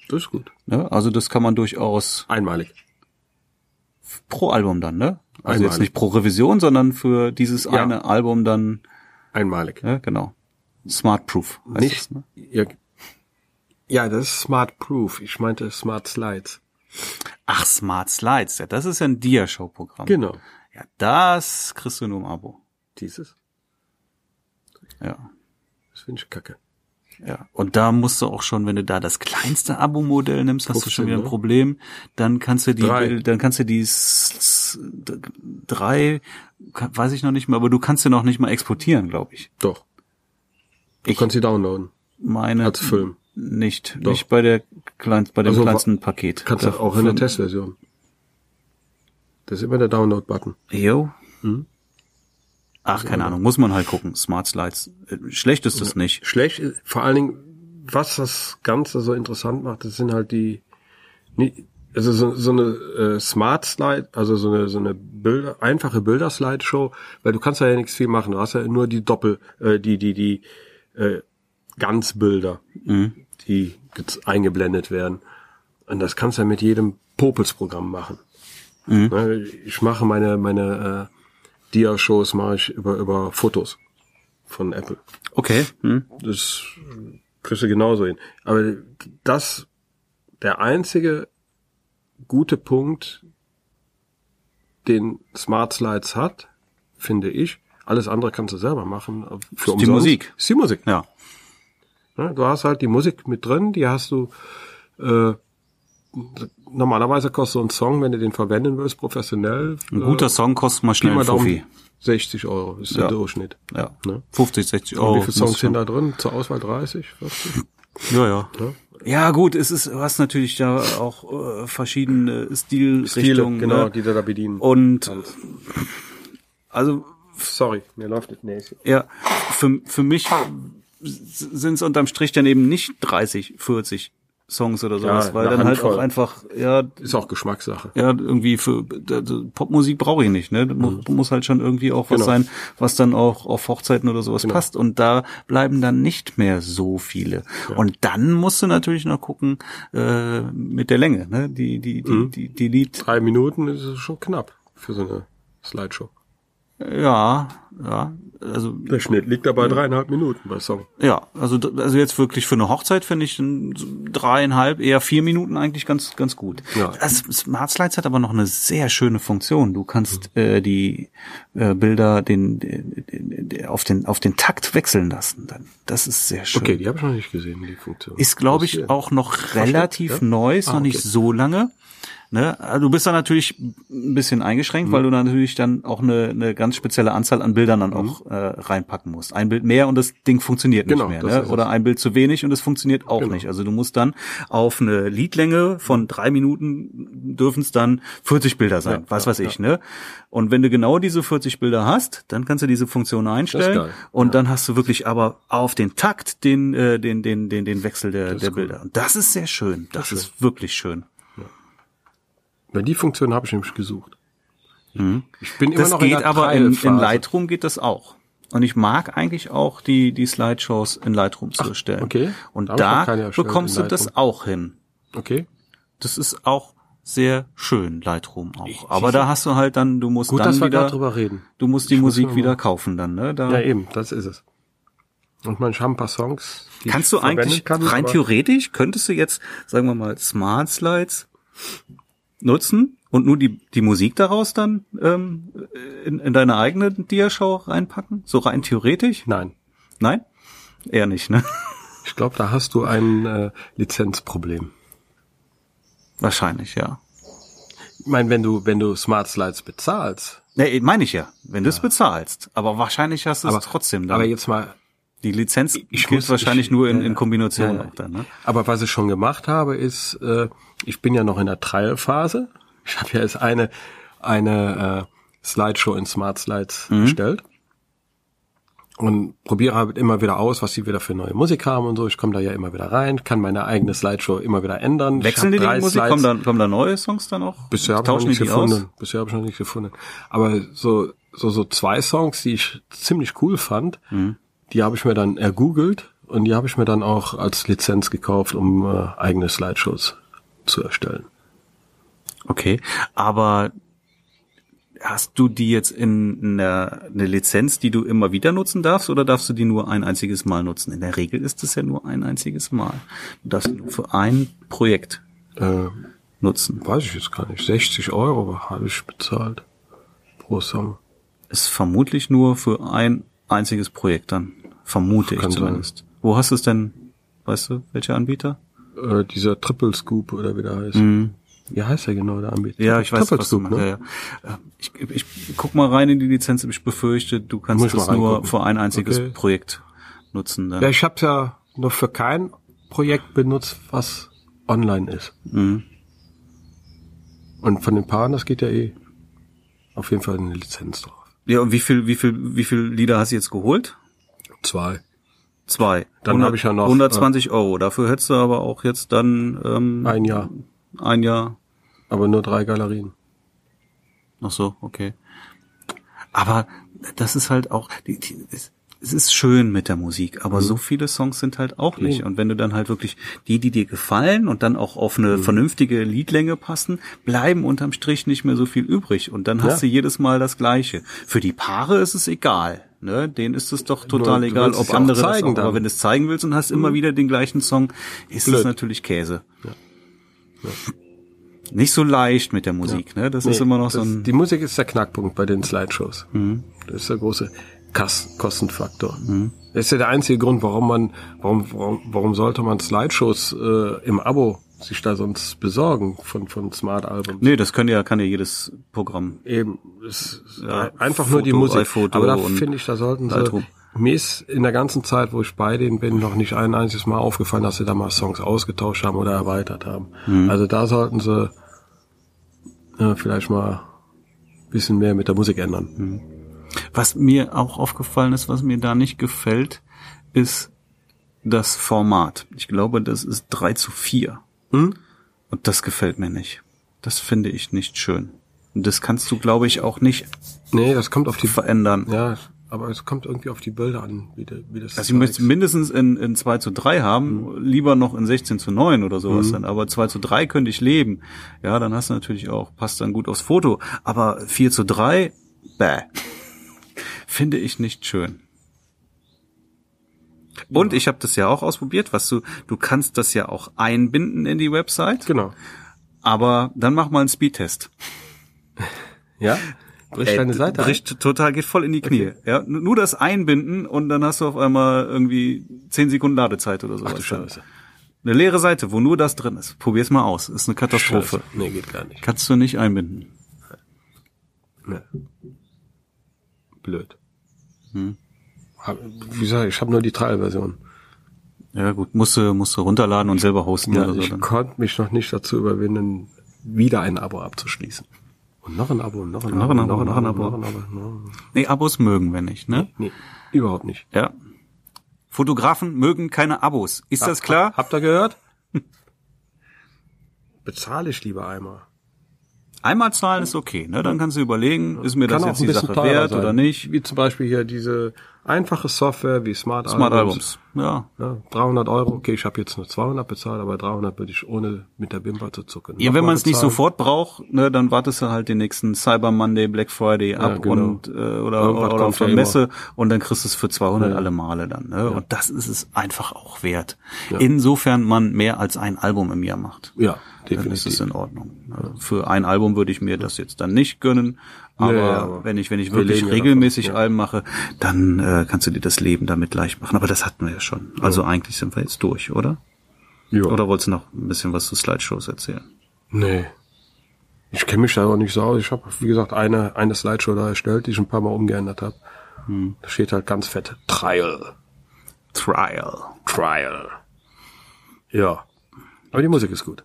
Speaker 1: Das ist gut.
Speaker 2: Ne? Also das kann man durchaus
Speaker 1: Einmalig.
Speaker 2: pro Album dann, ne? Also
Speaker 1: Einmal.
Speaker 2: jetzt nicht pro Revision, sondern für dieses
Speaker 1: Ja.
Speaker 2: eine Album dann,
Speaker 1: Einmalig.
Speaker 2: ne? genau. Smart Proof. heißt
Speaker 1: Nicht?
Speaker 2: das, ne?
Speaker 1: ja, ja, das ist Smart Proof. Ich meinte Smart Slides.
Speaker 2: Ach, Smart Slides, ja, das ist ja ein Dia-Show-Programm.
Speaker 1: Genau.
Speaker 2: Ja, das kriegst du nur im Abo.
Speaker 1: Dieses.
Speaker 2: Ja.
Speaker 1: Das finde ich kacke.
Speaker 2: Ja. Und da musst du auch schon, wenn du da das kleinste Abo-Modell nimmst, hast
Speaker 1: 15,
Speaker 2: du schon wieder ein
Speaker 1: ne?
Speaker 2: Problem. Dann kannst du die,
Speaker 1: Drei.
Speaker 2: Bild- dann kannst du die s- s- d- drei, ka- weiß ich noch nicht mal, aber du kannst sie noch nicht mal exportieren, glaube ich.
Speaker 1: Doch. Du
Speaker 2: Ich-
Speaker 1: kannst sie downloaden.
Speaker 2: Meine
Speaker 1: Als Film.
Speaker 2: nicht,
Speaker 1: Doch.
Speaker 2: nicht bei der klein, bei dem
Speaker 1: Also, wa-
Speaker 2: kleinsten Paket.
Speaker 1: Kannst du
Speaker 2: Da-
Speaker 1: auch in der Testversion. Das ist immer der Download-Button.
Speaker 2: Jo.
Speaker 1: Hm?
Speaker 2: Ach, keine Ahnung, muss man halt gucken. Smart Slides. Äh, Schlecht ist das nicht.
Speaker 1: schlecht. ist- Vor allen Dingen, was das Ganze so interessant macht, das sind halt die, nie- also so, so eine äh, Smart Slide, also so eine so eine Bilder, einfache Bilder-Slideshow, weil du kannst da ja nichts viel machen. Du hast ja nur die Doppel, äh, die die die äh, Ganzbilder, die gez- eingeblendet werden. Und das kannst du ja mit jedem Popelsprogramm machen. Ne, Ich mache meine meine äh, Dia-Shows mache ich über über Fotos von Apple.
Speaker 2: Okay. Hm.
Speaker 1: Das kriegst du genauso hin. Aber das, der einzige gute Punkt, den Smart Slides hat, finde ich, alles andere kannst du selber machen. äh, Für
Speaker 2: Ist die Musik.
Speaker 1: Ist die Musik.
Speaker 2: Ja.
Speaker 1: Ne? Du hast halt die Musik mit drin, die hast du, äh, normalerweise kostet so ein Song, wenn du den verwenden willst, professionell. äh,
Speaker 2: Ein guter Song kostet mal schnell einen Fuffi.
Speaker 1: 60 Euro ist
Speaker 2: Ja.
Speaker 1: der Durchschnitt.
Speaker 2: Ja.
Speaker 1: Ne?
Speaker 2: 50, 60
Speaker 1: Und
Speaker 2: Euro.
Speaker 1: wie viele Songs
Speaker 2: muss
Speaker 1: sind
Speaker 2: schon-
Speaker 1: da drin? Zur Auswahl 30, 40?
Speaker 2: Ja, ja. Ja, gut, es ist, du hast natürlich da auch äh, verschiedene Stilrichtungen.
Speaker 1: genau,
Speaker 2: ne?
Speaker 1: die du da bedienen.
Speaker 2: Und also,
Speaker 1: Sorry, mir läuft das nächste.
Speaker 2: ja, für, für mich sind es unterm Strich dann eben nicht 30, 40 Songs oder sowas, weil
Speaker 1: eine
Speaker 2: dann halt
Speaker 1: Handvoll.
Speaker 2: auch einfach, ja,
Speaker 1: Ist auch Geschmackssache.
Speaker 2: ja, irgendwie für da- da- Popmusik brauche ich nicht, ne? Da mu- Muss halt schon irgendwie auch was
Speaker 1: Genau.
Speaker 2: sein, was dann auch auf Hochzeiten oder sowas passt. Und da bleiben dann nicht mehr so viele. Und dann musst du natürlich noch gucken äh, mit der Länge, ne? Die die die die, die Lied,
Speaker 1: Drei Minuten ist schon knapp für so eine Slideshow.
Speaker 2: ja ja also
Speaker 1: Der Schnitt liegt dabei dreieinhalb Minuten bei Song.
Speaker 2: ja also d- also jetzt wirklich für eine Hochzeit finde ich dann so dreieinhalb eher vier Minuten eigentlich ganz ganz gut.
Speaker 1: Ja.
Speaker 2: Das Smart Slides hat aber noch eine sehr schöne Funktion. Du kannst äh, die äh, Bilder den, den, den, den auf den auf den Takt wechseln lassen. Dann das ist sehr schön.
Speaker 1: Okay, die habe ich noch nicht gesehen, die Funktion.
Speaker 2: Ist glaube
Speaker 1: Muss
Speaker 2: ich
Speaker 1: hier.
Speaker 2: auch noch relativ
Speaker 1: ja?
Speaker 2: neu, ist
Speaker 1: Ah,
Speaker 2: noch nicht
Speaker 1: okay.
Speaker 2: so lange. Ne? Also du bist da natürlich ein bisschen eingeschränkt,
Speaker 1: Mhm.
Speaker 2: weil du da natürlich dann auch eine, eine ganz spezielle Anzahl an Bildern dann auch äh, reinpacken musst. Ein Bild mehr und das Ding funktioniert
Speaker 1: Genau,
Speaker 2: nicht mehr.
Speaker 1: das
Speaker 2: Ne?
Speaker 1: ist es.
Speaker 2: Oder ein Bild zu wenig und es funktioniert auch
Speaker 1: Genau.
Speaker 2: nicht. Also du musst dann auf eine Liedlänge von drei Minuten dürfen es dann 40 Bilder sein,
Speaker 1: Ja,
Speaker 2: was
Speaker 1: ja,
Speaker 2: weiß ich. Ne? Und wenn du genau diese 40 Bilder hast, dann kannst du diese Funktion einstellen
Speaker 1: geil.
Speaker 2: und dann hast du wirklich aber auf den Takt den äh, den den den den Wechsel der, der Bilder. Und das ist sehr schön. Das, ist wirklich schön.
Speaker 1: Weil die Funktion habe ich nämlich gesucht. Ich bin immer
Speaker 2: Mhm. Das
Speaker 1: noch in
Speaker 2: geht
Speaker 1: der
Speaker 2: aber in, in
Speaker 1: Trial-Phase.
Speaker 2: Lightroom geht das auch. Und ich mag eigentlich auch die, die Slideshows in Lightroom zu erstellen.
Speaker 1: okay.
Speaker 2: Und
Speaker 1: Da hab ich noch
Speaker 2: da
Speaker 1: keine erstellt
Speaker 2: bekommst du
Speaker 1: in
Speaker 2: das auch hin.
Speaker 1: Okay.
Speaker 2: Das ist auch sehr schön, Lightroom auch.
Speaker 1: Ich-
Speaker 2: aber da hast du halt dann, du musst
Speaker 1: Gut,
Speaker 2: dann
Speaker 1: dass wir
Speaker 2: wieder,
Speaker 1: darüber reden.
Speaker 2: du musst die Musik wieder kaufen dann, ne? Da
Speaker 1: Ja, eben, das ist es. Und man, ich habe ein paar Songs. die ich
Speaker 2: Kannst du
Speaker 1: verwenden
Speaker 2: eigentlich,
Speaker 1: kann,
Speaker 2: rein
Speaker 1: aber-
Speaker 2: theoretisch, könntest du jetzt, sagen wir mal, Smart Slides nutzen und nur die, die Musik daraus dann ähm, in, in deine eigene Diashow reinpacken? So rein theoretisch?
Speaker 1: Nein.
Speaker 2: Nein? Eher nicht, ne?
Speaker 1: Ich glaube, da hast du ein äh, Lizenzproblem.
Speaker 2: Wahrscheinlich, ja.
Speaker 1: Ich meine, wenn du, wenn du Smart Slides bezahlst,
Speaker 2: Ne, meine ich ja, wenn du es bezahlst. Aber wahrscheinlich hast du es
Speaker 1: aber
Speaker 2: trotzdem dann.
Speaker 1: Aber jetzt mal,
Speaker 2: die Lizenz
Speaker 1: ich
Speaker 2: gilt
Speaker 1: muss-
Speaker 2: wahrscheinlich
Speaker 1: ich-
Speaker 2: nur in,
Speaker 1: ja,
Speaker 2: in Kombination
Speaker 1: ja, ja.
Speaker 2: auch dann, ne?
Speaker 1: aber was ich schon gemacht habe, ist, äh, ich bin ja noch in der Trial-Phase. Ich habe ja erst eine, eine äh, Slideshow in Smart Slides
Speaker 2: Mhm.
Speaker 1: erstellt. Und probiere halt immer wieder aus, was sie wieder für neue Musik haben und so. Ich komme da ja immer wieder rein, kann meine eigene Slideshow immer wieder ändern. Ich
Speaker 2: Wechseln die
Speaker 1: hab
Speaker 2: die
Speaker 1: drei
Speaker 2: Musik?
Speaker 1: Slides.
Speaker 2: Kommen da, kommen da neue Songs dann auch?
Speaker 1: Bisher habe ich noch
Speaker 2: Tauschen die
Speaker 1: nichts
Speaker 2: die aus?
Speaker 1: gefunden. Bisher habe ich noch nichts gefunden. Aber so, so, so zwei Songs, die ich ziemlich cool fand,
Speaker 2: Mhm.
Speaker 1: die habe ich mir dann ergoogelt und die habe ich mir dann auch als Lizenz gekauft, um äh, eigene Slideshows zu erstellen.
Speaker 2: Okay, aber hast du die jetzt in einer eine Lizenz, die du immer wieder nutzen darfst, oder darfst du die nur ein einziges Mal nutzen? In der Regel ist es ja nur ein einziges Mal. Du darfst sie nur für ein Projekt
Speaker 1: Äh,
Speaker 2: nutzen.
Speaker 1: weiß ich jetzt gar nicht. 60 Euro habe ich bezahlt pro Song.
Speaker 2: Ist vermutlich nur für ein einziges Projekt dann. Vermute ich
Speaker 1: Kann sein.
Speaker 2: zumindest. Wo hast du es denn? Weißt du, welcher Anbieter?
Speaker 1: Äh, dieser Triple Scoop oder wie der heißt. Wie heißt der genau, der Anbieter?
Speaker 2: Mhm. Ja, ich weiß,
Speaker 1: Triple
Speaker 2: was du
Speaker 1: Scoop,
Speaker 2: meinst.
Speaker 1: ne?
Speaker 2: Ja, ja. Ich, ich guck mal rein in die Lizenz. Ich befürchte, du kannst
Speaker 1: Muss ich
Speaker 2: es
Speaker 1: mal
Speaker 2: nur
Speaker 1: reingucken.
Speaker 2: für ein einziges
Speaker 1: Okay.
Speaker 2: Projekt nutzen. Dann.
Speaker 1: Ja, ich habe ja noch für kein Projekt benutzt, was online ist.
Speaker 2: Mhm.
Speaker 1: Und von den Paaren, das geht ja eh auf jeden Fall eine Lizenz drauf.
Speaker 2: Ja, und wie viel, wie viel, wie viel Lieder hast du jetzt geholt?
Speaker 1: Zwei.
Speaker 2: Zwei.
Speaker 1: Dann
Speaker 2: 100
Speaker 1: hab ich ja noch, äh,
Speaker 2: 120 Euro. Dafür hättest du aber auch jetzt dann ähm,
Speaker 1: Ein Jahr.
Speaker 2: ein Jahr.
Speaker 1: Aber nur drei Galerien.
Speaker 2: Ach so, okay. Aber das ist halt auch, die, die, es, es ist schön mit der Musik,
Speaker 1: Mhm.
Speaker 2: aber so viele Songs sind halt auch nicht. Und wenn du dann halt wirklich die, die dir gefallen und dann auch auf
Speaker 1: Mhm.
Speaker 2: eine vernünftige Liedlänge passen, bleiben unterm Strich nicht mehr so viel übrig. Und dann hast
Speaker 1: Ja.
Speaker 2: du jedes Mal das Gleiche. Für die Paare ist es egal. Ne, denen ist es doch total
Speaker 1: du
Speaker 2: egal,
Speaker 1: willst es
Speaker 2: ob
Speaker 1: ja auch
Speaker 2: andere das
Speaker 1: zeigen
Speaker 2: auch, aber
Speaker 1: dann. Mhm.
Speaker 2: wenn du es zeigen willst und hast immer wieder den gleichen Song, ist es
Speaker 1: Blöd.
Speaker 2: natürlich Käse. Nicht so leicht mit der Musik, ne? Das ist
Speaker 1: Nee,
Speaker 2: immer noch so
Speaker 1: das-
Speaker 2: ein Mhm.
Speaker 1: Die Musik ist der Knackpunkt bei den Slideshows. Das ist der große Kas Kostenfaktor. Das ist ja der einzige Grund, warum man, warum, warum, warum sollte man Slideshows äh, im Abo sich da sonst besorgen von, von Smart Albums.
Speaker 2: Nee, das kann ja, kann ja jedes Programm.
Speaker 1: Eben, es ist äh,
Speaker 2: Ja,
Speaker 1: einfach nur die
Speaker 2: Foto,
Speaker 1: Musik.
Speaker 2: iPhoto
Speaker 1: Aber da
Speaker 2: und
Speaker 1: finde ich, da sollten sie,
Speaker 2: Lightroom.
Speaker 1: mir ist in der ganzen Zeit, wo ich bei denen bin, noch nicht ein einziges Mal aufgefallen, dass sie da mal Songs ausgetauscht haben oder erweitert haben.
Speaker 2: Mhm.
Speaker 1: Also da sollten sie ja, vielleicht mal ein bisschen mehr mit der Musik ändern.
Speaker 2: Mhm. Was mir auch aufgefallen ist, was mir da nicht gefällt, ist das Format. Ich glaube, das ist 3 zu 4. Und das gefällt mir nicht. Das finde ich nicht schön. Und das kannst du, glaube ich, auch nicht
Speaker 1: Nee, das kommt auf die,
Speaker 2: verändern.
Speaker 1: ja, aber es kommt irgendwie auf die Bilder an, wie, de, wie das
Speaker 2: Also ich möchte
Speaker 1: zeigst.
Speaker 2: mindestens in, in 2 zu 3 haben,
Speaker 1: Mhm.
Speaker 2: lieber noch in 16 zu 9 oder sowas dann. Aber 2 zu 3 könnte ich leben. Ja, dann hast du natürlich auch, passt dann gut aufs Foto. Aber 4 zu 3, bäh. Finde ich nicht schön. Und ich habe das ja auch ausprobiert, was du, du kannst das ja auch einbinden in die Website,
Speaker 1: Genau.
Speaker 2: aber dann mach mal einen Speedtest.
Speaker 1: Ja? Brich
Speaker 2: Ey,
Speaker 1: deine
Speaker 2: d-
Speaker 1: Seite ein.
Speaker 2: bricht total, geht voll in die Knie. Ja, n- nur das Einbinden und dann hast du auf einmal irgendwie 10 Sekunden Ladezeit oder sowas.
Speaker 1: Ach du Scheiße.
Speaker 2: Eine leere Seite, wo nur das drin ist. Probier's mal aus. Ist eine Katastrophe.
Speaker 1: Scheiße. Nee, geht gar nicht.
Speaker 2: Kannst du nicht einbinden.
Speaker 1: Nee. Blöd.
Speaker 2: Hm.
Speaker 1: Hab, wie gesagt, ich habe nur die Trial-Version.
Speaker 2: Ja gut, musst du, musst du runterladen und selber hosten
Speaker 1: Ja,
Speaker 2: oder so.
Speaker 1: Also ich
Speaker 2: also Dann.
Speaker 1: konnte mich noch nicht dazu überwinden, wieder ein Abo abzuschließen. Und noch ein Abo, und noch ein
Speaker 2: Noch
Speaker 1: Abo,
Speaker 2: ein
Speaker 1: und
Speaker 2: Abo,
Speaker 1: noch ein
Speaker 2: noch
Speaker 1: Abo,
Speaker 2: ein
Speaker 1: noch ein Abo.
Speaker 2: Nee, Abos mögen wir nicht, ne?
Speaker 1: Nee, überhaupt nicht.
Speaker 2: Ja. Fotografen mögen keine Abos.
Speaker 1: Ah,
Speaker 2: Ist das klar?
Speaker 1: Habt ihr gehört? Bezahle ich lieber einmal.
Speaker 2: Einmal zahlen ist okay, ne? Dann kannst du überlegen, ist mir das
Speaker 1: ah. Kann
Speaker 2: jetzt
Speaker 1: auch ein
Speaker 2: die
Speaker 1: bisschen
Speaker 2: Sache
Speaker 1: teurer
Speaker 2: wert
Speaker 1: sein.
Speaker 2: oder nicht?
Speaker 1: Wie zum Beispiel hier diese einfache Software wie Smart,
Speaker 2: Smart Albums. Ja.
Speaker 1: Ja, 300 Ne, Euro, okay, ich habe jetzt nur 200 bezahlt, aber 300 würde ich ohne mit der Wimper zu zucken.
Speaker 2: Ja, wenn
Speaker 1: Nochmal
Speaker 2: man es nicht
Speaker 1: bezahlen.
Speaker 2: sofort braucht, ne, dann wartest du halt den nächsten Cyber Monday, Black Friday ab
Speaker 1: genau.
Speaker 2: und äh, oder,
Speaker 1: Irgendwas
Speaker 2: oder auf
Speaker 1: kommt
Speaker 2: der
Speaker 1: ja
Speaker 2: Messe und dann kriegst du es für 200 alle Male dann. Ne? Und das ist es einfach auch wert. Insofern man mehr als ein Album im Jahr macht.
Speaker 1: Ja,
Speaker 2: Dann ist es
Speaker 1: definitiv.
Speaker 2: in Ordnung. Also Für ein Album würde ich mir das jetzt dann nicht gönnen, aber,
Speaker 1: Nee, aber
Speaker 2: wenn ich wenn ich
Speaker 1: wir
Speaker 2: wirklich
Speaker 1: leben ja
Speaker 2: regelmäßig
Speaker 1: davon, ja.
Speaker 2: Alben mache, dann äh, kannst du dir das Leben damit leicht machen. Aber das hatten wir ja schon. Also eigentlich sind wir jetzt durch, oder?
Speaker 1: Ja.
Speaker 2: Oder wolltest du noch ein bisschen was zu Slideshows erzählen?
Speaker 1: Nee. Ich kenne mich da auch nicht so aus. Ich habe, wie gesagt, eine, eine Slideshow da erstellt, die ich ein paar Mal umgeändert habe.
Speaker 2: Hm.
Speaker 1: Da steht halt ganz fett Trial.
Speaker 2: Trial.
Speaker 1: Trial. Ja. Aber die Musik ist gut.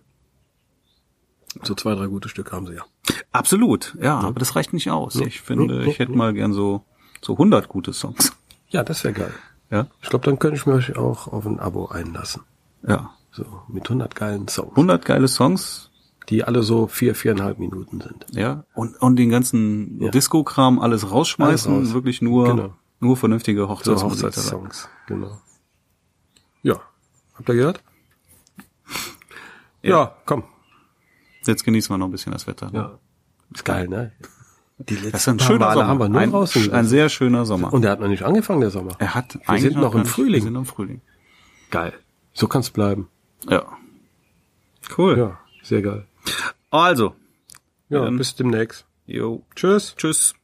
Speaker 1: So zwei, drei gute Stücke haben sie ja.
Speaker 2: Absolut, ja, aber das reicht nicht aus. Ich finde, ich hätte mal gern so, so 100 gute Songs.
Speaker 1: Ja, das wäre geil.
Speaker 2: Ja,
Speaker 1: Ich glaube, dann könnte ich mich auch auf ein Abo einlassen.
Speaker 2: ja.
Speaker 1: So, mit 100 geilen Songs,
Speaker 2: 100 geile Songs,
Speaker 1: die alle so vier, viereinhalb Minuten sind.
Speaker 2: ja, und, und den ganzen Disco-Kram alles rausschmeißen,
Speaker 1: Alles raus.
Speaker 2: wirklich nur,
Speaker 1: Genau.
Speaker 2: nur vernünftige
Speaker 1: So
Speaker 2: Hochzeitsmusik. dabei.
Speaker 1: Hochzeitssongs, genau. Ja. Habt ihr gehört?
Speaker 2: Ja.
Speaker 1: ja komm.
Speaker 2: Jetzt genießen wir noch ein bisschen das Wetter. ne?
Speaker 1: Ja. Ist geil, ne? Die letzten
Speaker 2: Das ist ein schöner Sommer.
Speaker 1: haben wir nur
Speaker 2: ein,
Speaker 1: draußen
Speaker 2: ein
Speaker 1: gelassen.
Speaker 2: sehr schöner Sommer.
Speaker 1: Und der hat noch nicht angefangen, der Sommer.
Speaker 2: er hat
Speaker 1: wir sind noch im
Speaker 2: nicht-
Speaker 1: Frühling.
Speaker 2: Wir sind noch im Frühling.
Speaker 1: Geil. So kann's bleiben.
Speaker 2: Ja. Cool.
Speaker 1: Ja, sehr geil.
Speaker 2: Also.
Speaker 1: Ja,
Speaker 2: Dann-
Speaker 1: bis demnächst.
Speaker 2: Jo.
Speaker 1: Tschüss.
Speaker 2: Tschüss.